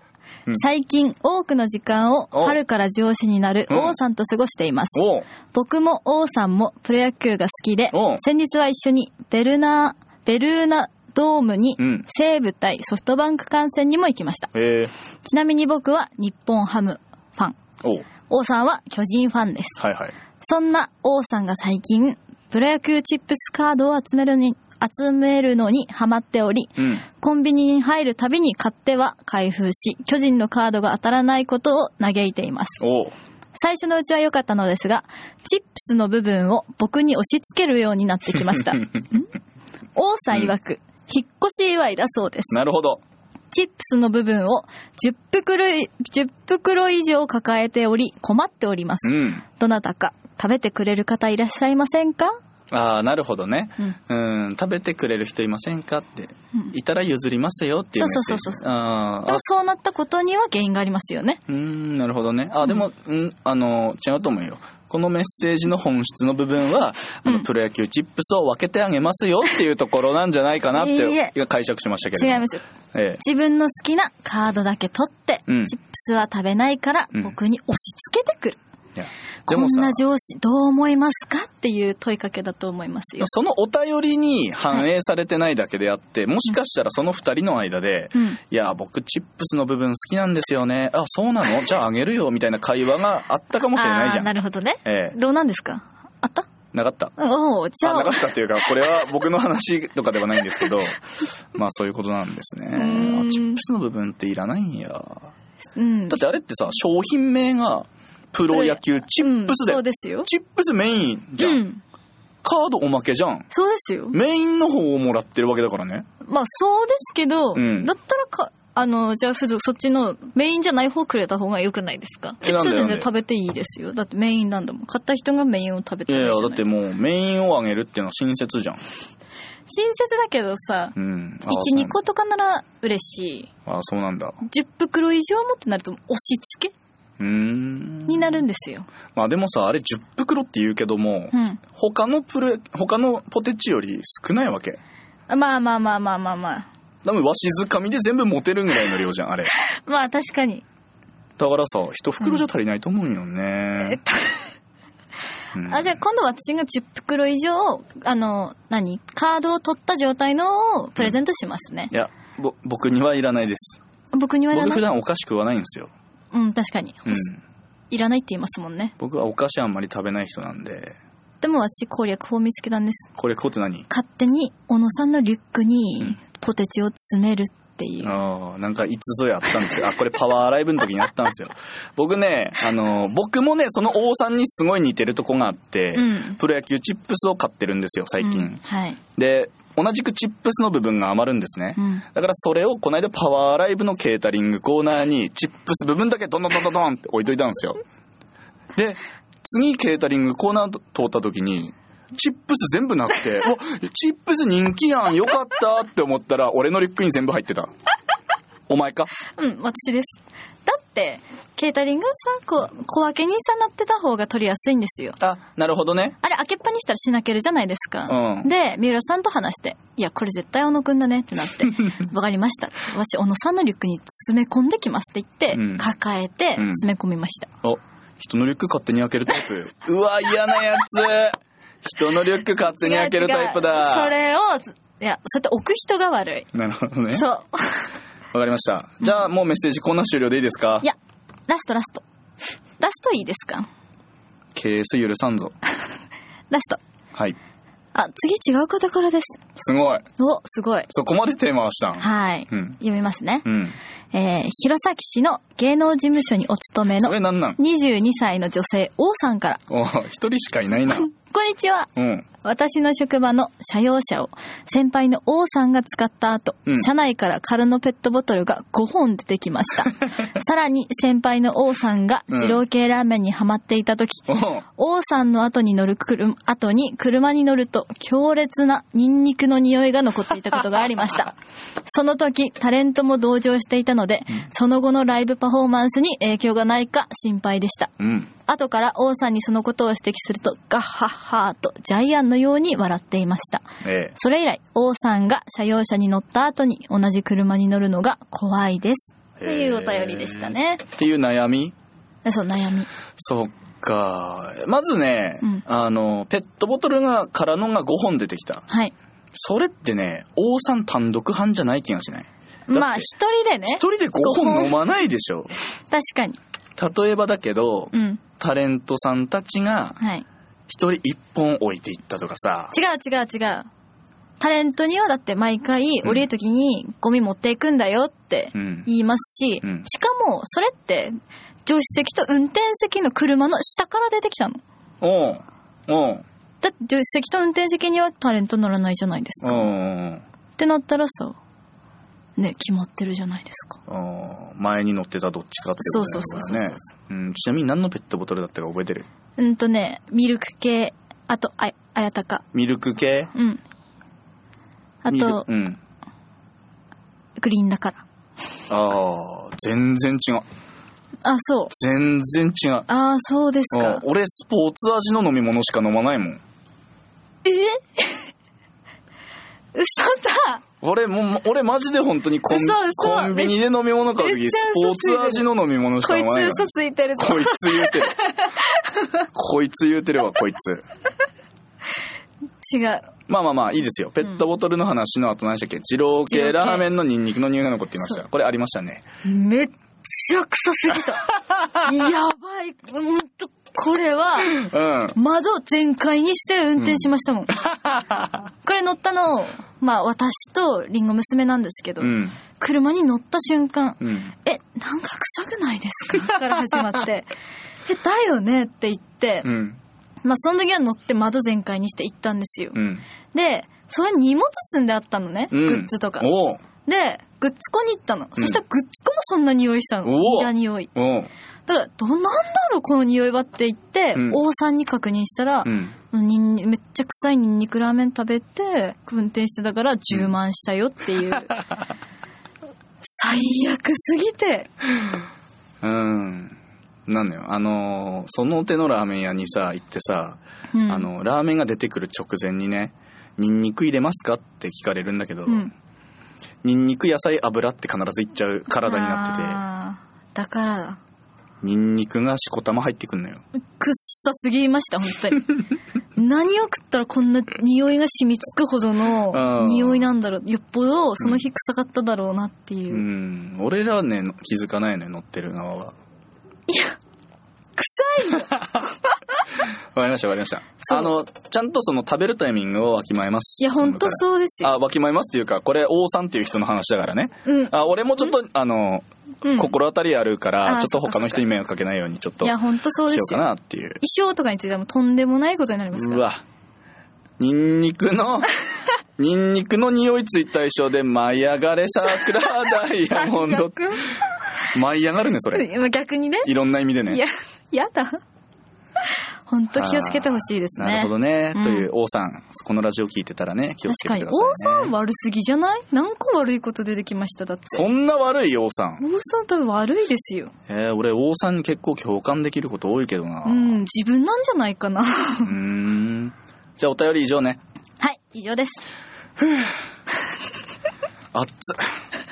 S1: うん。
S2: 最近多くの時間を
S1: お
S2: 春から上司になる
S1: うん
S2: 王さんと過 ごしています。
S1: おう
S2: 僕も王さんもプロ野球が好きで
S1: おう、
S2: 先日は一緒にベルナー、ベルーナドームに
S1: うん
S2: 西武対ソフトバンク観戦にも行きました。
S1: えー、
S2: ちなみに僕は日本ハムファン。
S1: おう
S2: 王さんは巨人ファンです。
S1: はいはい。
S2: そんな王さんが最近、プロ野球チップスカードを集めるに、集めるのにハマっており、
S1: うん。
S2: コンビニに入るたびに買っては開封し、巨人のカードが当たらないことを嘆いています。
S1: おう
S2: 最初のうちは良かったのですが、チップスの部分を僕に押し付けるようになってきました。ん王さん曰く、引っ越し祝いだそうです。
S1: なるほど。
S2: チップスの部分を10袋い、10袋以上抱えており、困っておりま
S1: う
S2: す。
S1: ん。
S2: どなたか食べてくれる方いらっしゃいませんか
S1: ああなるほどね
S2: うん
S1: うん食べてくれる人いませんかって、
S2: うん
S1: いたら譲りますよっていうメッセージ
S2: そうそうそうそう
S1: あー
S2: だから
S1: あ
S2: そうなったことには原因がありますよね
S1: うーんなるほどねあでも、うん、あの違うと思うよこのメッセージの本質の部分は、あの
S2: うん
S1: プロ野球チップスを分けてあげますよっていうところなんじゃないかなっ
S2: いい
S1: て
S2: え
S1: 解釈しましたけれど
S2: 違い
S1: も
S2: ますよ
S1: ええ
S2: 自分の好きなカードだけ取って、
S1: うん
S2: チップスは食べないから
S1: うん
S2: 僕に押し付けてくる、
S1: いやで
S2: こ
S1: も
S2: ん
S1: さ
S2: な上司どう思いますかっていう問いかけだと思いますよ、
S1: そのお便りに反映されてないだけであって、もしかしたらその二人の間で、
S2: うん、
S1: いや、僕、チップスの部分好きなんですよね。あ、そうな のじゃああげるよ、みたいな会話があったかもしれないじゃ
S2: あー
S1: ん。
S2: なるほどね、
S1: ええ
S2: どうなんですかあった
S1: なかった。
S2: おおじゃ
S1: あ、
S2: あ
S1: なかったっていうか、これは僕の話とかではないんですけ ど、まあそういうことなんですね。
S2: ーん
S1: あチップスの部分っていらないんや。だ
S2: うん
S1: ってあれってさ、商品名が、プロ野球チップス
S2: うん
S1: で、
S2: そうですよ
S1: チップスメインじゃん。
S2: うん
S1: カードおまけじゃん。
S2: そうですよ
S1: メインの方をもらってるわけだからね。
S2: まあそうですけど、
S1: うん
S2: だったらかあのじゃあ付属そっちのメインじゃない方くれた方が良くないですか
S1: えなんで
S2: チップ
S1: な
S2: ス全
S1: んで
S2: 然食べていいですよだってメインなんだもん買った人がメインを食べ
S1: い
S2: て
S1: やい
S2: ない
S1: や、
S2: じゃ
S1: だ
S2: ない
S1: ってもうメインをあげるっていうのは親切じゃん。
S2: 親切だけどさ、
S1: うん。あそうなん
S2: 12
S1: だ
S2: 個とかなら嬉しい
S1: あ、そうなんだ。
S2: 10袋以上もってなると押し付け
S1: うーん。
S2: になるんですよ、
S1: まあでもさ、あれ10袋って言うけども、
S2: うん
S1: 他のプレ、他のポテチより少ないわけ。
S2: まあまあまあまあまあまあ
S1: 多分わしづかみで全部持てるぐらいの量じゃん、 あれ。
S2: まあ確かに、
S1: だからさ、一袋じゃ足りないと思うよね。うん
S2: あじゃあ今度私が10袋以上あの何カードを取った状態のをプレゼントしますね
S1: い、や、ぼ、僕にはいらないです。
S2: 僕にはいら
S1: 僕
S2: な
S1: 普
S2: い
S1: 段お菓子食わないんですよ。
S2: うん確かに、
S1: うん。
S2: いらないって言いますもんね
S1: 僕はお菓子あんまり食べない人なんで、
S2: でも私攻略法を見つけたんです
S1: これ食うって何
S2: 勝手に小野さんのリュック
S1: う
S2: に
S1: ん
S2: ポテチを詰めるっていう、
S1: ああ、なんかいつぞやったんですよ。あ、これパワーライブの時にやったんですよ。 僕ね、あの、僕もね、その王さんにすごい似てるとこがあって、
S2: うん
S1: プロ野球チップスを買ってるんですよ、最近。
S2: うんはい、
S1: で、同じくチップスの部分が余るんですね。
S2: うん
S1: だからそれをこの間パワーライブのケータリングコーナーにチップス部分だけどんどんどんどんどんって置いといたんですよ。で、次ケータリングコーナー通った時に、チップス全部なく て、おチップス人気やん、よかったって思ったら俺のリュックに全部入ってた。お前か
S2: うん、私です。だって、ケータリングさ、こう、小分けにさなってた方が取りやすいんですよ。
S1: あ、なるほどね。
S2: あれ、開けっぱにしたらしなけるじゃないですか。
S1: うん
S2: で、三浦さんと話して、いや、これ絶対小野くんだねって なって、わかりました。私、小野さんのリュックに詰め込んできますって言って、
S1: うん
S2: 抱えて
S1: うん
S2: 詰め込みました。
S1: お、人のリュック勝手に開けるタイプ。うわ、嫌なやつ。人のリュック勝手に開けるタイプだ。
S2: 違う違うそれを、いや、そうやって置く人が悪い。
S1: なるほどね。
S2: そう。
S1: わかりました。じゃあもうメッセージコーナー終了でいいですか
S2: いや、ラストラスト。ラストいいですか
S1: ケース許さんぞ。
S2: ラスト。
S1: はい。
S2: あ、次違う方からです。
S1: すごい。
S2: お、すごい。
S1: そこまでテーマはしたん。
S2: はい。
S1: うん。
S2: 読みますね
S1: う。ん。
S2: えー、弘前市の芸能事務所にお勤めの
S1: それなんなん
S2: 22歳の女性 O さんから。
S1: お一人しかいない な。
S2: こんにちは。
S1: うん。
S2: 私の職場の社用車を先輩の O さんが使った後、
S1: うん
S2: 車内から空のペットボトルが5本出てき ました。さらに先輩の O さんが
S1: うん
S2: 二郎系ラーメンにハマっていた時、
S1: お
S2: 王さんの後に乗る車、後に車に乗ると強烈なニンニクの匂いが残っていたことがあり ました。その時、タレントも同乗していたので、その後のライブパフォーマンスに影響がないか心配でした。
S1: うん。
S2: 後から王さんにそのことを指摘すると、ガッハッハーとジャイアンのように笑っていました。
S1: ええ。
S2: それ以来、王さんが車用車に乗った後に同じ車に乗るのが怖いです。というお便りでしたね。
S1: っていう悩み
S2: そう、悩み。
S1: そっか。まずね、
S2: うん
S1: あの、ペットボトルが、空のが5本出てきた。
S2: はい。
S1: それってね、王さん単独犯じゃない気がしない。
S2: まあ、一人でね
S1: 一。人で5本飲まないでしょ。
S2: 確かに。
S1: 例えばだけど、
S2: うん。
S1: タレントさんたちが
S2: はい。
S1: 一人一本置いていったとかさ。
S2: 違う違う違う。タレントにはだって毎回降りる時にゴミ持っていくんだよって
S1: うん。
S2: 言いますし、
S1: うん
S2: しかもそれって助手席と運転席の車の下から出てきたの。
S1: おうおう
S2: だって助手席と運転席にはタレント乗らないじゃないです
S1: お
S2: か。っ
S1: う
S2: てなったらさ、ね、決まってるじゃないですか。
S1: おう前に乗ってたどっちかってことだ
S2: そうそうそうそう
S1: ねうんちなみに何のペットボトルだったか覚えてる
S2: うんとね、ミルク系、あと、あ、あやたか。
S1: ミルク系
S2: うん。あ
S1: ミル
S2: と、
S1: うん。
S2: グリーンだから。
S1: ああ、全然違う。
S2: あ、そう。
S1: 全然違う。
S2: ああ、そうです
S1: うん
S2: か。
S1: 俺、スポーツ味の飲み物しか飲まないもん。
S2: 嘘だ
S1: 俺もう、俺マジで本当にコン
S2: 嘘嘘
S1: コンビニで飲み物買うと
S2: め
S1: き、
S2: っちゃ
S1: スポーツ味の飲み物し
S2: こ
S1: か
S2: い
S1: 飲まない
S2: つ
S1: から
S2: 嘘ついてるぞ。
S1: こいつ言うてる。 こいつ言うてるわ、こいつ。
S2: 違う。
S1: まあまあまあ、いいですよ。ペットボトルの話の後何でしたっけ二郎系
S2: 二郎系
S1: ラーメンのニンニクの匂いが残っていまし
S2: そ
S1: た。これありましたね。
S2: めっちゃ臭す ぎた。やばい。ほんと、これは、
S1: うん。
S2: 窓全開にして運転しましたもん。これ乗ったの、まあ私とリンゴ娘なんですけど、
S1: うん。
S2: 車に乗った瞬間、
S1: うん。
S2: え、なんか臭くないですかから始まって、え、だよねって言って、
S1: うん。
S2: まあその時は乗って窓全開にして行ったんですよ。
S1: うん。
S2: で、それに荷物積んであったのね、
S1: うん
S2: グッズとか。
S1: おう。
S2: で、グッズ庫に行ったの。そしたらグッズ庫もそんな匂いしたの。
S1: おお
S2: 嫌匂い。
S1: おう。
S2: だから、ど、なんだろう、この匂いはって言って、
S1: うん
S2: 王さんに確認したら
S1: う、ん。
S2: ニンニめっちゃ臭いニンニクラーメン食べて、運転してたから10万したよっていう。最悪すぎて。
S1: うん。なんだよ。あのーその手のラーメン屋にさ、行ってさ、
S2: うん
S1: あ、の、ラーメンが出てくる直前にね、ニンニク入れますかって聞かれるんだけど、
S2: うん
S1: ニンニク、野菜、油って必ずいっちゃう体になって
S2: あーだからだ、
S1: て、ニンニクがしこたま入ってくんのよ。
S2: くっさすぎました、本 当に。何を食ったらこんな匂いが染みつくほど
S1: う
S2: の
S1: ん
S2: 匂いなんだろう。よっぽどその日臭かっただろうなっていうう。
S1: ん。俺らはね、気づかないのよ、乗ってる側は。いや、臭いわかりました、わかりました。
S2: そう
S1: あの、ちゃんとその食べるタイミングをわきまえます。
S2: いや、ほんとそうですよ。
S1: あ、わきまえますっていうか、これ、王さんっていう人の話だからね。
S2: うん。
S1: あ、俺もちょっと、あの、
S2: うん
S1: 心当たりあるか
S2: あ
S1: ら、
S2: ー
S1: ちょっと他の人に迷惑かけないように、ちょっと
S2: い
S1: し
S2: や、
S1: よ
S2: ほんとそうです
S1: うか
S2: よ。
S1: なっていう。
S2: 衣装とかについてはもうとんでもないことになりますか
S1: う
S2: ら。
S1: わ。ニンニク の、ニンニクの匂いついた衣装で、舞い上がれ 桜ダイヤモンド。舞い上がるね、それ。
S2: まあ逆にね。
S1: いろんな意味で
S2: い
S1: ね。
S2: や、やだ。ほんと気をつけてほしいですね。
S1: なるほどね
S2: う。ん
S1: という、王さん、このラジオ聞いてたらね、気をつ
S2: 確
S1: け
S2: か
S1: て
S2: に。
S1: く
S2: 王
S1: ださい
S2: さ
S1: ね。
S2: ん悪すぎじゃない何個悪いこと出てきましただって。
S1: そんな悪い王さん。
S2: 王さん多分悪いですよ。
S1: えー、俺、王さんに結構共感できること多いけどな。
S2: う、
S1: うん
S2: 自分なんじゃないかな。 は
S1: ーん。じゃあ、お便り以上ね。
S2: い、以上です。
S1: 熱っ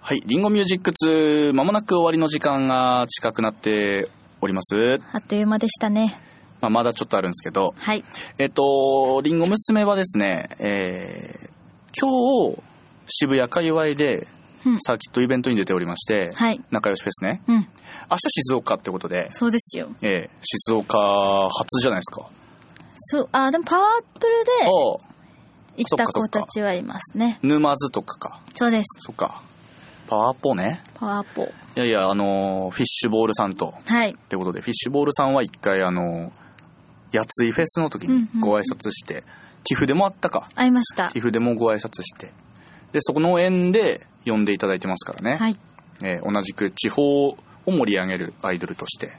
S1: はい、リンゴミュージック2、まもなく終わりの時間が近くなっております。
S2: あっという間でしたね。
S1: まあ、まだちょっとあるんですけど、
S2: はい。
S1: えっと、リンゴ娘はですね、えー今日、渋谷界隈で
S2: うん
S1: サーキットイベントに出ておりまして、
S2: はい。
S1: 仲良しフェスね。
S2: うん、
S1: 明日静岡ってことで、
S2: そうですよ。
S1: えー静岡初じゃないですか。
S2: そう、あ、でもパワープルで
S1: ああ、
S2: 生きた子たちはいますね。
S1: 沼津とかか。
S2: そうです。
S1: そっか。パワポね。
S2: パワーポー。
S1: いやいや、あのーフィッシュボールさんと
S2: はい。
S1: ってことで、フィッシュボールさんは一回、あの、やついフェスの時
S2: うん
S1: に
S2: うん
S1: ご挨拶して、寄付でもあったか。
S2: 会いました。
S1: 寄付でもご挨拶して。で、そこの縁で呼んでいただいてますからね。
S2: はい。
S1: えー同じく地方を盛り上げるアイドルとして。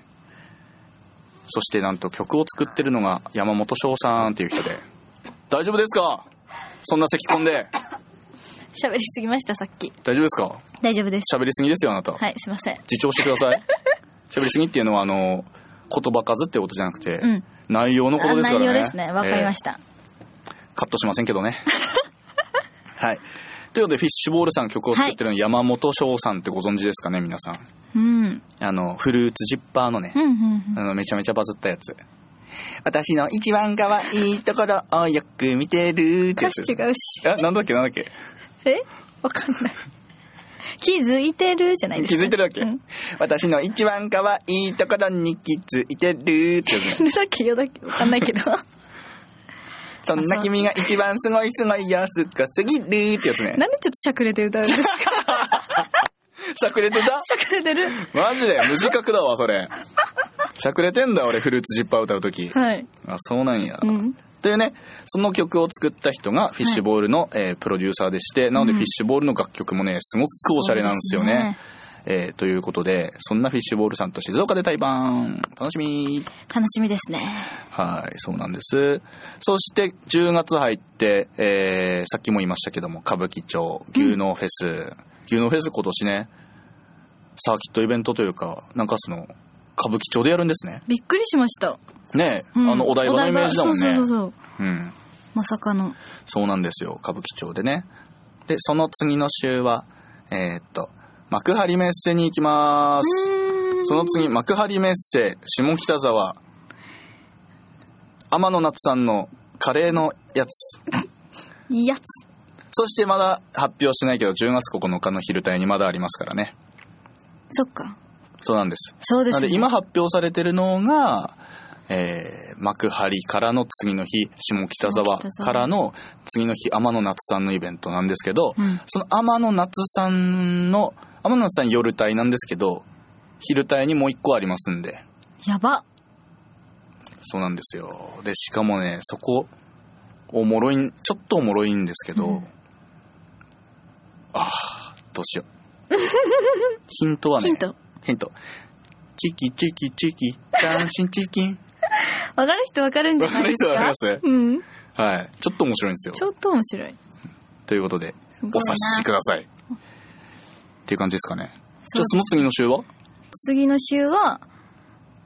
S1: そしてなんと曲を作ってるのが山本翔さんっていう人で。大丈夫ですかそんな咳込んで。
S2: 喋りすぎました、さっき。
S1: 大丈夫ですか
S2: 大丈夫です。
S1: 喋りすぎですよ、あなた。
S2: はい、すいません。
S1: 自重してくだ さい。喋りすぎっていうのは、あの、言葉数ってことじゃなくて、
S2: うん。
S1: 内容のことですからね。
S2: 内容ですね。わかりました。
S1: えーカットしませんけど ね。はい。ということで、フィッシュボールさん曲を作ってるのは山本翔さんってご存知ですかね、皆さん。
S2: うん。うん、
S1: あの、フルーツジッパーのね、
S2: うん、うん。
S1: あの、めちゃめちゃバズったやつ。私の一番可愛いところをよく見てるって
S2: 歌
S1: や
S2: 詞
S1: つ。
S2: 違うし。
S1: え、なんだっけなんだっけ
S2: えわかんない。気づいてるじゃないです
S1: 気
S2: か。
S1: づいてるわけ、
S2: うん
S1: 私の一番可愛いところに気づいてるってやつね。
S2: さっきよだけわかんない けど。
S1: そんな君が一番すごいすごいよ、すごすぎるってやつね
S2: な。んでちょっとしゃくれて歌うんで すか
S1: しゃくれてた
S2: しゃくれてる
S1: マジで無自覚だわ、それ。しゃくれてんだ、俺、フルーツジッパー歌うとき。
S2: はい。
S1: あ、そうなんや。
S2: うん。
S1: というね、その曲を作った人がフィッシュボールの、えープロデューサーでして、なので
S2: うん
S1: フィッシュボールの楽曲もね、すごくおしゃれなんですよね。えーということで、そんなフィッシュボールさんと静岡で対バン。楽しみ
S2: 楽しみですね。
S1: はい、そうなんです。そして、10月入って、えーさっきも言いましたけども、歌舞伎町、牛脳フェス。牛脳フェス今年ね、サーキットイベントというか、なんかその、歌舞伎町でやるんですね。
S2: びっくりしました。
S1: ねえ、
S2: うん
S1: あの、お台場のイメージだもんね。
S2: そうそうそうそう。
S1: うん。
S2: まさかの。
S1: そうなんですよ、歌舞伎町でね。で、その次の週は、えーっと、幕張メッセに行きます。その次、幕張メッセ、下北沢、天野夏さんのカレーのやつ。
S2: いいやつ。
S1: そしてまだ発表してないけど、10月9日の昼帯にまだありますからね。
S2: そっか。
S1: そうなんです。
S2: そうで
S1: な
S2: す、
S1: の
S2: ね。
S1: で今発表されてるのが、えー幕張からの次の日下北沢
S2: 下北沢
S1: からの次の日天野夏さんのイベントなんですけど、
S2: うん
S1: その天野夏さんの天野夏さん夜帯なんですけど昼帯にもう一個ありますんで
S2: やば。
S1: そうなんですよでしかもねそこおもろいんちょっとおもろいんですけど、
S2: うん
S1: ああどう しようヒントはね
S2: ヒント。
S1: ヒントチキチキチキダンシンチキン
S2: わかる人わかるんじゃないですか。
S1: わかる人わか
S2: うん。
S1: はい。ちょっと面白いんですよ。
S2: ちょっと面白い。
S1: ということで、
S2: すごい
S1: お
S2: な
S1: 察しください。っていう感じですかね。じ
S2: そ
S1: ゃ
S2: う
S1: あその次の週は
S2: 次の週は、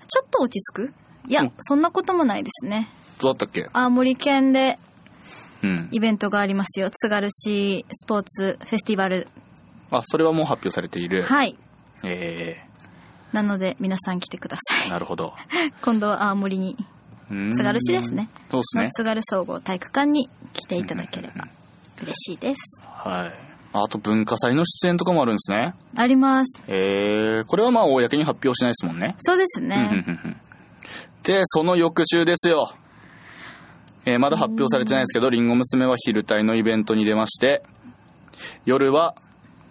S2: ちょっと落ち着くいや、
S1: うん
S2: そんなこともないですね。
S1: どうだったっけ
S2: 青森県で
S1: うん。
S2: イベントがありますよ。津軽市スポーツフェスティバル。
S1: あ、それはもう発表されている。
S2: はい。
S1: え
S2: なので、皆さん来てくださ
S1: ー、
S2: い。
S1: なるほど。
S2: 今度は青森に、
S1: うーん
S2: 津軽市ですね。
S1: そうです
S2: の
S1: ね。
S2: 津軽総合体育館に来ていただけれ
S1: うんうん
S2: ば嬉しいです。
S1: はい。あと文化祭の出演とかもあるんですね。
S2: あります。
S1: えー、これはまあ公に発表しないですもんね。
S2: そうです
S1: うんうん
S2: ね。
S1: うんうんで、その翌週ですよ。えーまだ発表されてないですけど、リンゴ娘は昼帯のイベントに出まして、夜は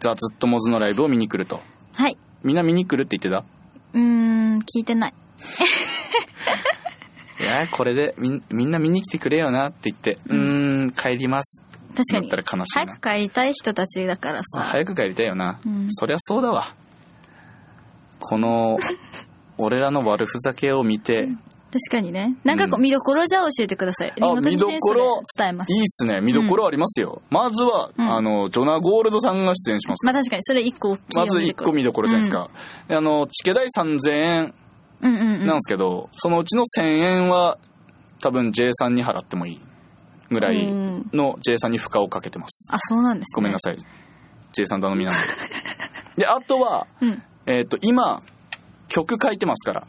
S1: ザ・ズッとモズのライブを見に来ると。
S2: はい。
S1: みんな見に来るって言って
S2: うーん、聞いてない。
S1: たいやーこれでみんみんな見に来てくれよなって言って、う
S2: う
S1: ー
S2: ん
S1: ん、帰ります。
S2: 確かに
S1: だったら悲しい
S2: 早
S1: な
S2: く。帰りたい人たちだから
S1: まあ
S2: さ
S1: 早く帰りたいよな。
S2: うん
S1: そりゃそうだわ。こ の、俺らの悪ふざけを見て、
S2: 確かにねなんか
S1: う
S2: こうん見どころじゃあ教えてくださいリンゴ谷先
S1: 見どこ
S2: 生で
S1: ろ
S2: 伝えます
S1: いいっすね。見どころありますよ。まずは、
S2: うん
S1: あの、ジョナ・ゴールドさんが出演します。
S2: まあ確かにそれ一個大きい
S1: まず
S2: 見ど
S1: 1
S2: こ
S1: 個
S2: ろ
S1: 見どころじゃないですか。あの、チケ代3000円
S2: うんうんうん
S1: なんですけど、そのうちの1000円は多分 J さんに払ってもいいぐらい
S2: うん
S1: の J さんに負荷をかけてます。
S2: あそうなんですね
S1: ごめんなさい。J さん頼みなんで。で、あとは、
S2: うん
S1: えっ、と、今、曲書いてますから。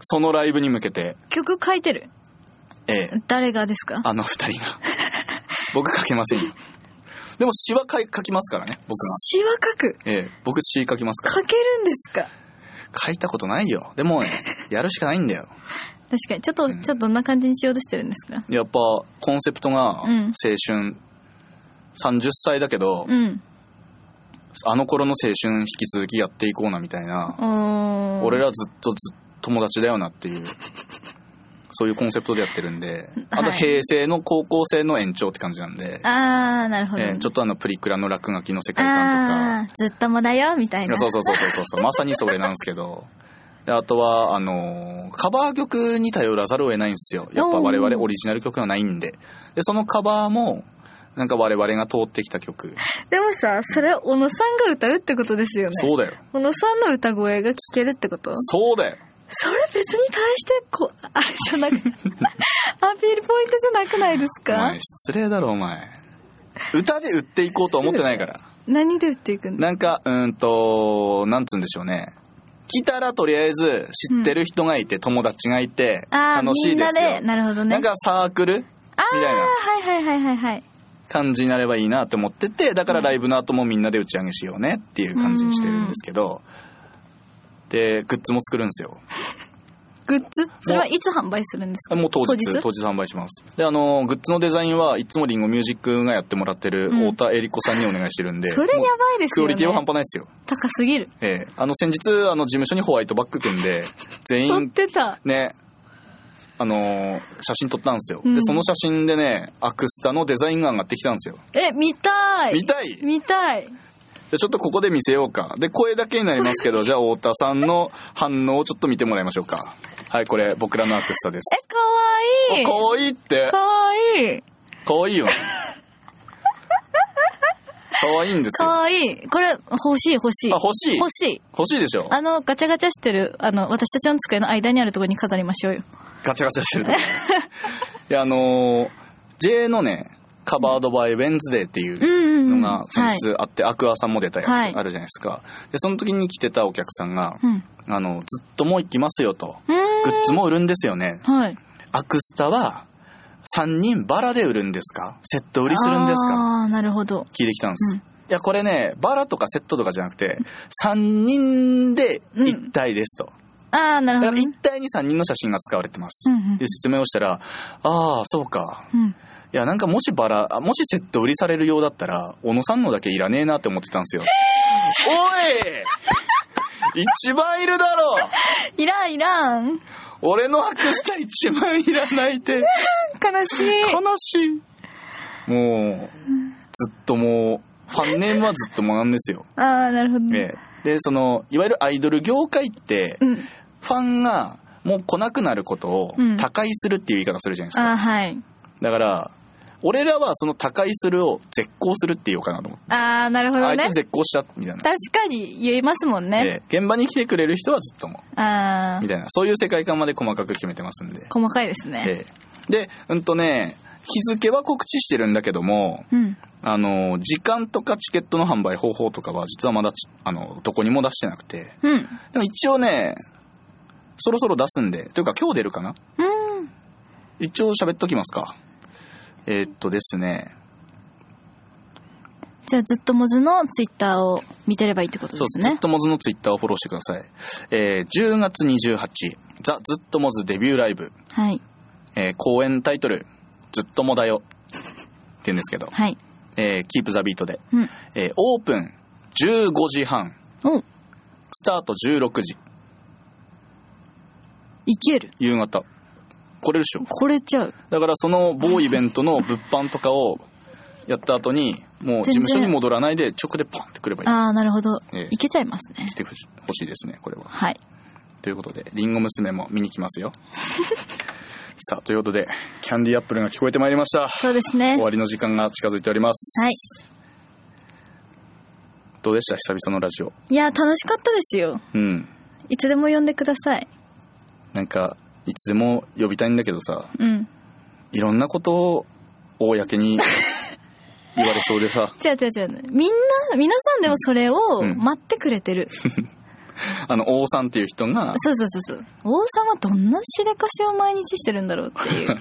S1: そのライブに向けて。
S2: 曲書いてる
S1: ええ
S2: 誰がですか
S1: あの二人が。僕書けませんよ。でも詩は書い書きますからね、僕は。
S2: 詩は書く
S1: ええ僕詩書きますから。
S2: 書けるんですか
S1: 書いたことないよ。でもね、やるしかないんだよ。
S2: 確かにちょっとちょっとどんな感じにしようとしてるんですか
S1: やっぱ、コンセプトが、青
S2: うん
S1: 春、30歳だけど、
S2: うん
S1: あの頃の青春引き続きやっていこうなみたいな。
S2: おー
S1: 俺らずっとず友達だよなっていうそういうコンセプトでやってるんであと
S2: はい
S1: 平成の高校生の延長って感じなんで、
S2: あーなるほど
S1: えーちょっとあのプリクラの落書きの世界観
S2: あーずっともだよみたい
S1: と
S2: な
S1: かそうそうそうそうそうそうまさにそれなんですけどであとはあのーカバー曲に頼らざるを得ないんですよやっぱ我々
S2: おー
S1: オリジナル曲がないんででそのカバーもなんか我々が通ってきた曲、
S2: でもさそれは小野さんが歌うってことですよね
S1: そうだよ
S2: 小野さんの歌声が聞けるってこと
S1: そうだよ
S2: それ別に対してこあれじゃ なくアピールポイントじゃなくないです
S1: お
S2: か
S1: 前失礼だろお前歌で売っていこうと思ってないから
S2: 何で打っていくんだ
S1: なんか、うーんと、なんつうんでしょうね。来たらとりあえず知ってる人がいて、友達がいて、
S2: ああ
S1: 楽し
S2: み
S1: い
S2: ん
S1: で
S2: な
S1: すよ。
S2: でなるほどね
S1: なんかサークル
S2: ああ
S1: みたいな
S2: はいはいはいはいはい
S1: 感じになればいいなと思ってて、だからライブの後もみんなで打ち上げしようねっていう感じにしてるんですけど、で、グッズも作るんですよ。
S2: グッズそれはいつ販売するんですか
S1: もう当日、
S2: 当
S1: 当
S2: 日
S1: 日販売します。で、あの、グッズのデザインはいつもリンゴミュージックがやってもらってる
S2: うん
S1: 太田恵里子さんにお願いしてるんで、
S2: それやば
S1: もう
S2: いです
S1: クオ
S2: よ
S1: リ
S2: ね
S1: ティは半端ないですよ。
S2: 高すぎる
S1: ええあの、先日、あの、事務所にホワイトバッグ組んで、全
S2: 撮っ
S1: 員
S2: てた
S1: ね、あのー写真撮ったんですよ、
S2: うん
S1: で、その写真でね、アクスタのデザインが上がってきたんですよ。
S2: え見たい
S1: 見たい
S2: 見たい
S1: じゃあちょっとここで見せようか。で、声だけになりますけど、じゃあ太田さんの反応をちょっと見てもらいましょうか。はい、これ、僕らのアーティストです。
S2: かわいい
S1: かわいいって
S2: か、わいい
S1: かわいいよね。かわいいんです
S2: か
S1: よ。
S2: わいいこれ、欲しい欲しい。
S1: あ、欲しい
S2: 欲しい。
S1: 欲しいでしょ
S2: あの、ガチャガチャしてる、あの、私たちの机の間にあるところに飾りましょうよ。
S1: ガチャガチャ してるとこいや、あのー J のね、カバードバイウェンズデーっていう、
S2: うんう
S1: の
S2: んうん。
S1: が先日あって、アクアさんも出たやつ
S2: はい
S1: あるじゃないですか、でその時に来てたお客さんが、
S2: うん。
S1: あのずっともう行きますよと
S2: う
S1: グ
S2: ー
S1: ッズも売るんですよね
S2: ん。はい。
S1: アクスタは3人バラで売るんですかセット売りするんですか
S2: ああ、なるほど。
S1: 聞いてきたんです、
S2: うん
S1: いやこれねバラとかセットとかじゃなくて3人で1体ですと、
S2: ああ、なる
S1: だ
S2: ほ
S1: か
S2: ど
S1: ら
S2: ね。
S1: 1体に3人の写真が使われてます、
S2: うんうん
S1: で説明をしたらああそうか
S2: うん。
S1: いや、なんかもしバラ、あもしセット売りされるようだったら、小野さんのだけいらねえなって思ってたんですよ。おい一番いるだろ
S2: いらん、いらん。悲
S1: 俺のアクスタ一番いらないって、悲
S2: しい。
S1: しい。もう、ずっともう、ファンネームはずっともなんですよ。
S2: ああ、なるほどね。
S1: ええで、その、いわゆるアイドル業界って
S2: う、ん。
S1: ファンがもう来なくなることを
S2: うん
S1: 他界するっていう言い方するじゃないです
S2: あ
S1: か。
S2: あ、はい。
S1: だから、俺らはその他界するを絶好するって言おうかなと思って
S2: ああ、なるほ
S1: あ
S2: ど
S1: い
S2: ね
S1: つ。絶好したみたいな、
S2: 確かに言いますもんね。
S1: ええ現場に来てくれる人はずっとも
S2: ああ
S1: み、たいなそういう世界観まで細かく決めてますんで、
S2: 細かいですね。
S1: ええでうんとね日付は告知してるんだけども
S2: うん。
S1: あの時間とかチケットの販売方法とかは実はまだちあのどこにも出してなくて
S2: うん。
S1: でも一応ねそろそろ出すんでというか今日出るかな
S2: うん。
S1: 一応喋っときますかえーっとですね
S2: じゃあ、ずっとモズのツイッターを見てればいいってことで
S1: そう
S2: す
S1: ずっ
S2: ね。
S1: とモズのツイッターをフォローしてくださいえー10月28ザ・ずっとモズデビューライブ
S2: はい。
S1: えー公演タイトル「ずっともだよ」って言うんですけど
S2: はい。
S1: 「えー、キープザビートで、
S2: うん。
S1: えーオープン15時半
S2: お
S1: スタート16時
S2: いける。
S1: 夕方これでしょ
S2: これちゃう。
S1: だからその某イベント の物販とかをやった後にもう事
S2: 全然
S1: 務所に戻らないで直でパンって来ればいい
S2: ああ、なるほど
S1: ええ。
S2: いけちゃいますね
S1: 来。てほしほしいですねこれは
S2: はい。
S1: ということでりんご娘も見に来ますよ さあということでキャンディーアップルが聞こえてまいりました
S2: そうですね
S1: 終。わりの時間が近づいております
S2: はい。
S1: どうでした久々のラジオ
S2: いや、楽しかったですよ。
S1: うん
S2: いつでも呼んでください。
S1: なんかいつでも呼びたいんだけどさ
S2: うん。
S1: いろんなことを公 に言われそうでさ
S2: 違う違う違う。みんな、皆さんでもそれを
S1: うん
S2: 待ってくれてる。
S1: あの王さんっていう人が
S2: そうそうそうそう。王様どんなしでかしを毎日してるんだろうっ ていう。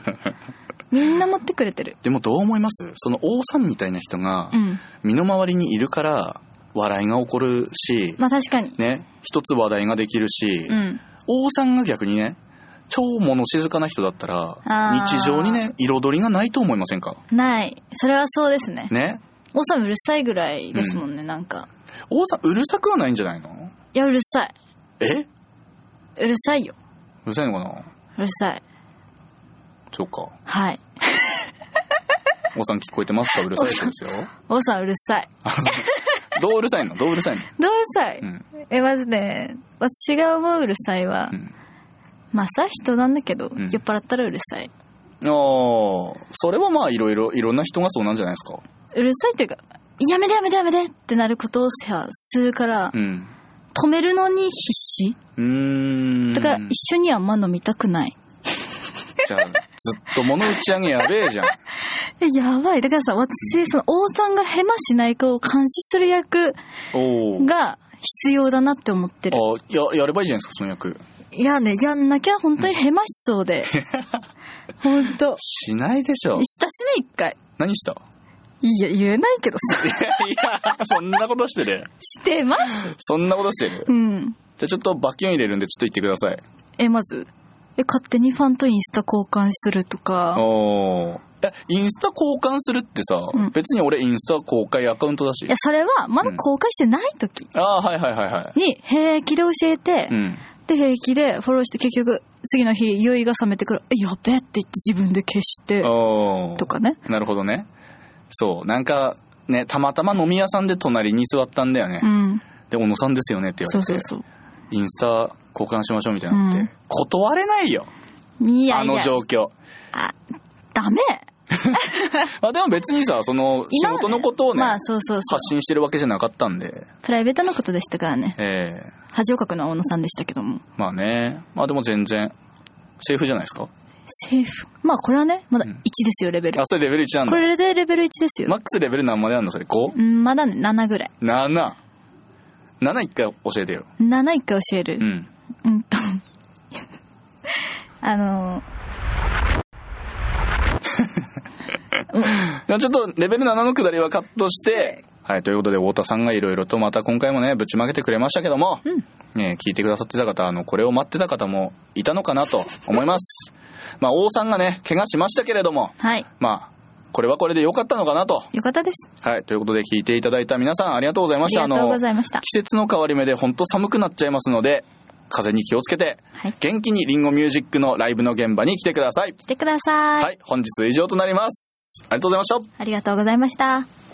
S2: みんな待ってくれてる。
S1: でもどう思いますその王さんみたいな人が
S2: うん。
S1: 身の回りにいるから笑いが起こるし、
S2: まあ確かに。
S1: ね一つ話題ができるし、
S2: うん。
S1: 王さんが逆にね超物静かな人だったら
S2: あー
S1: 日常にね彩りがないと思いませんか
S2: ない。それはそうですね。
S1: ね
S2: 王様うるさいぐらいですもんね、なんか。
S1: 王さんうるさくはないんじゃないの
S2: いや、うるさい。
S1: えう
S2: うるさいよ。
S1: るさいのかな
S2: うるさい。
S1: そうか
S2: はい。
S1: 王さん聞こえてますかうるさい人ですよ
S2: 王様うるさい。
S1: どううるさいのどううるさいの
S2: どううるさい、
S1: うん。
S2: え、まずね、私が思ううるさいは、
S1: うん
S2: まあさ、人なんだけど、
S1: ん
S2: 酔っ払ったらうるさ
S1: あ
S2: い。
S1: あ、それはまあいろいろ、いろんな人がそうなんじゃないですか。
S2: うるさいというか、やめてやめてやめてってなることをさ、するから、
S1: うん。
S2: 止めるのに必死。
S1: うーん。
S2: だから一緒にはあんま飲みたくない。
S1: じゃあ、ずっと物打ち上げやべえ じゃん。
S2: えやばい。だからさ、私、その王さんがヘマしないかを監視する役
S1: おお。
S2: が必要だなって思ってる。
S1: あや、やればいいじゃないですか、その役。
S2: いやね、やんなきゃ本当にヘマしそう で。ほんと。
S1: しないでしょ。
S2: したしね、一回。
S1: 何 した
S2: いや、言えないけどさ。
S1: いや、そんなことしてる。
S2: してます。
S1: そんなことしてる。
S2: うん。
S1: じゃあちょっとバキュン入れるんで、ちょっと言ってください。
S2: え、まず、え、勝手にファンとインスタ交換するとか、
S1: おお。え、インスタ交換するってさ、
S2: うん
S1: 別に俺インスタ公開アカウントだし
S2: いや。、それはまだ公開してない時
S1: ああ、はいはいはいは
S2: に平気で教えて
S1: い。う、ん。
S2: で、平気でフォローして結局、次の日、酔いが冷めてくる、え、やべえって言って自分で消して、
S1: おお。
S2: とかね。
S1: なるほどね。そう。なんか、ね、たまたま飲み屋さんで隣に座ったんだよね。
S2: うん。
S1: で、小野さんですよねって言
S2: そう
S1: われ
S2: そう
S1: て、
S2: そう。
S1: インスタ交換しましょうみたいになって、
S2: うん
S1: 断れないよ。
S2: いや
S1: あ
S2: いや。
S1: の状況。
S2: あ、ダメ
S1: あでも別にさ、その、仕
S2: 今はね
S1: 事のことをね、
S2: まあそうそうそう。
S1: 発信してるわけじゃなかったんで、
S2: プライベートのことでしたからね。
S1: ええ
S2: 恥をかくのは小野さんでしたけども。
S1: まあね、まあでも全然、セーフじゃないですか。
S2: セーフ。まあこれはね、まだ
S1: う
S2: 1
S1: ん
S2: ですよ、レベル
S1: あ、。それレベル1なん
S2: こ
S1: だ。
S2: れでレベル1ですよ。
S1: マックスレベル何まであるのそれ 5?7?7
S2: うん、まだね、7ぐらい。
S1: 一回教えてよ。
S2: 7一回教え
S1: う
S2: る。
S1: ん。
S2: うん と。あの
S1: でもちょっとレベル7の下りはカットして、はい、ということで、太田さんがいろいろとまた今回もね、ぶちまけてくれましたけども、ね、聞いてくださってた方、あの、これを待ってた方もいたのかなと思います。 まあ、王さんがね、怪我しましたけれども、
S2: はい。
S1: まあ、これはこれで良かったのかなと。
S2: よかったです。
S1: はい、ということで聞いていただいた皆さんありがとうございました。
S2: ありがとうご
S1: の
S2: ざいました。
S1: 季節の変わり目で本当寒くなっちゃいますので風に気をつけて
S2: はい。
S1: 元気にリンゴミュージックのライブの現場に来てください
S2: 来てください。
S1: はい、本日以上となりますありがとうございました
S2: ありがとうございました。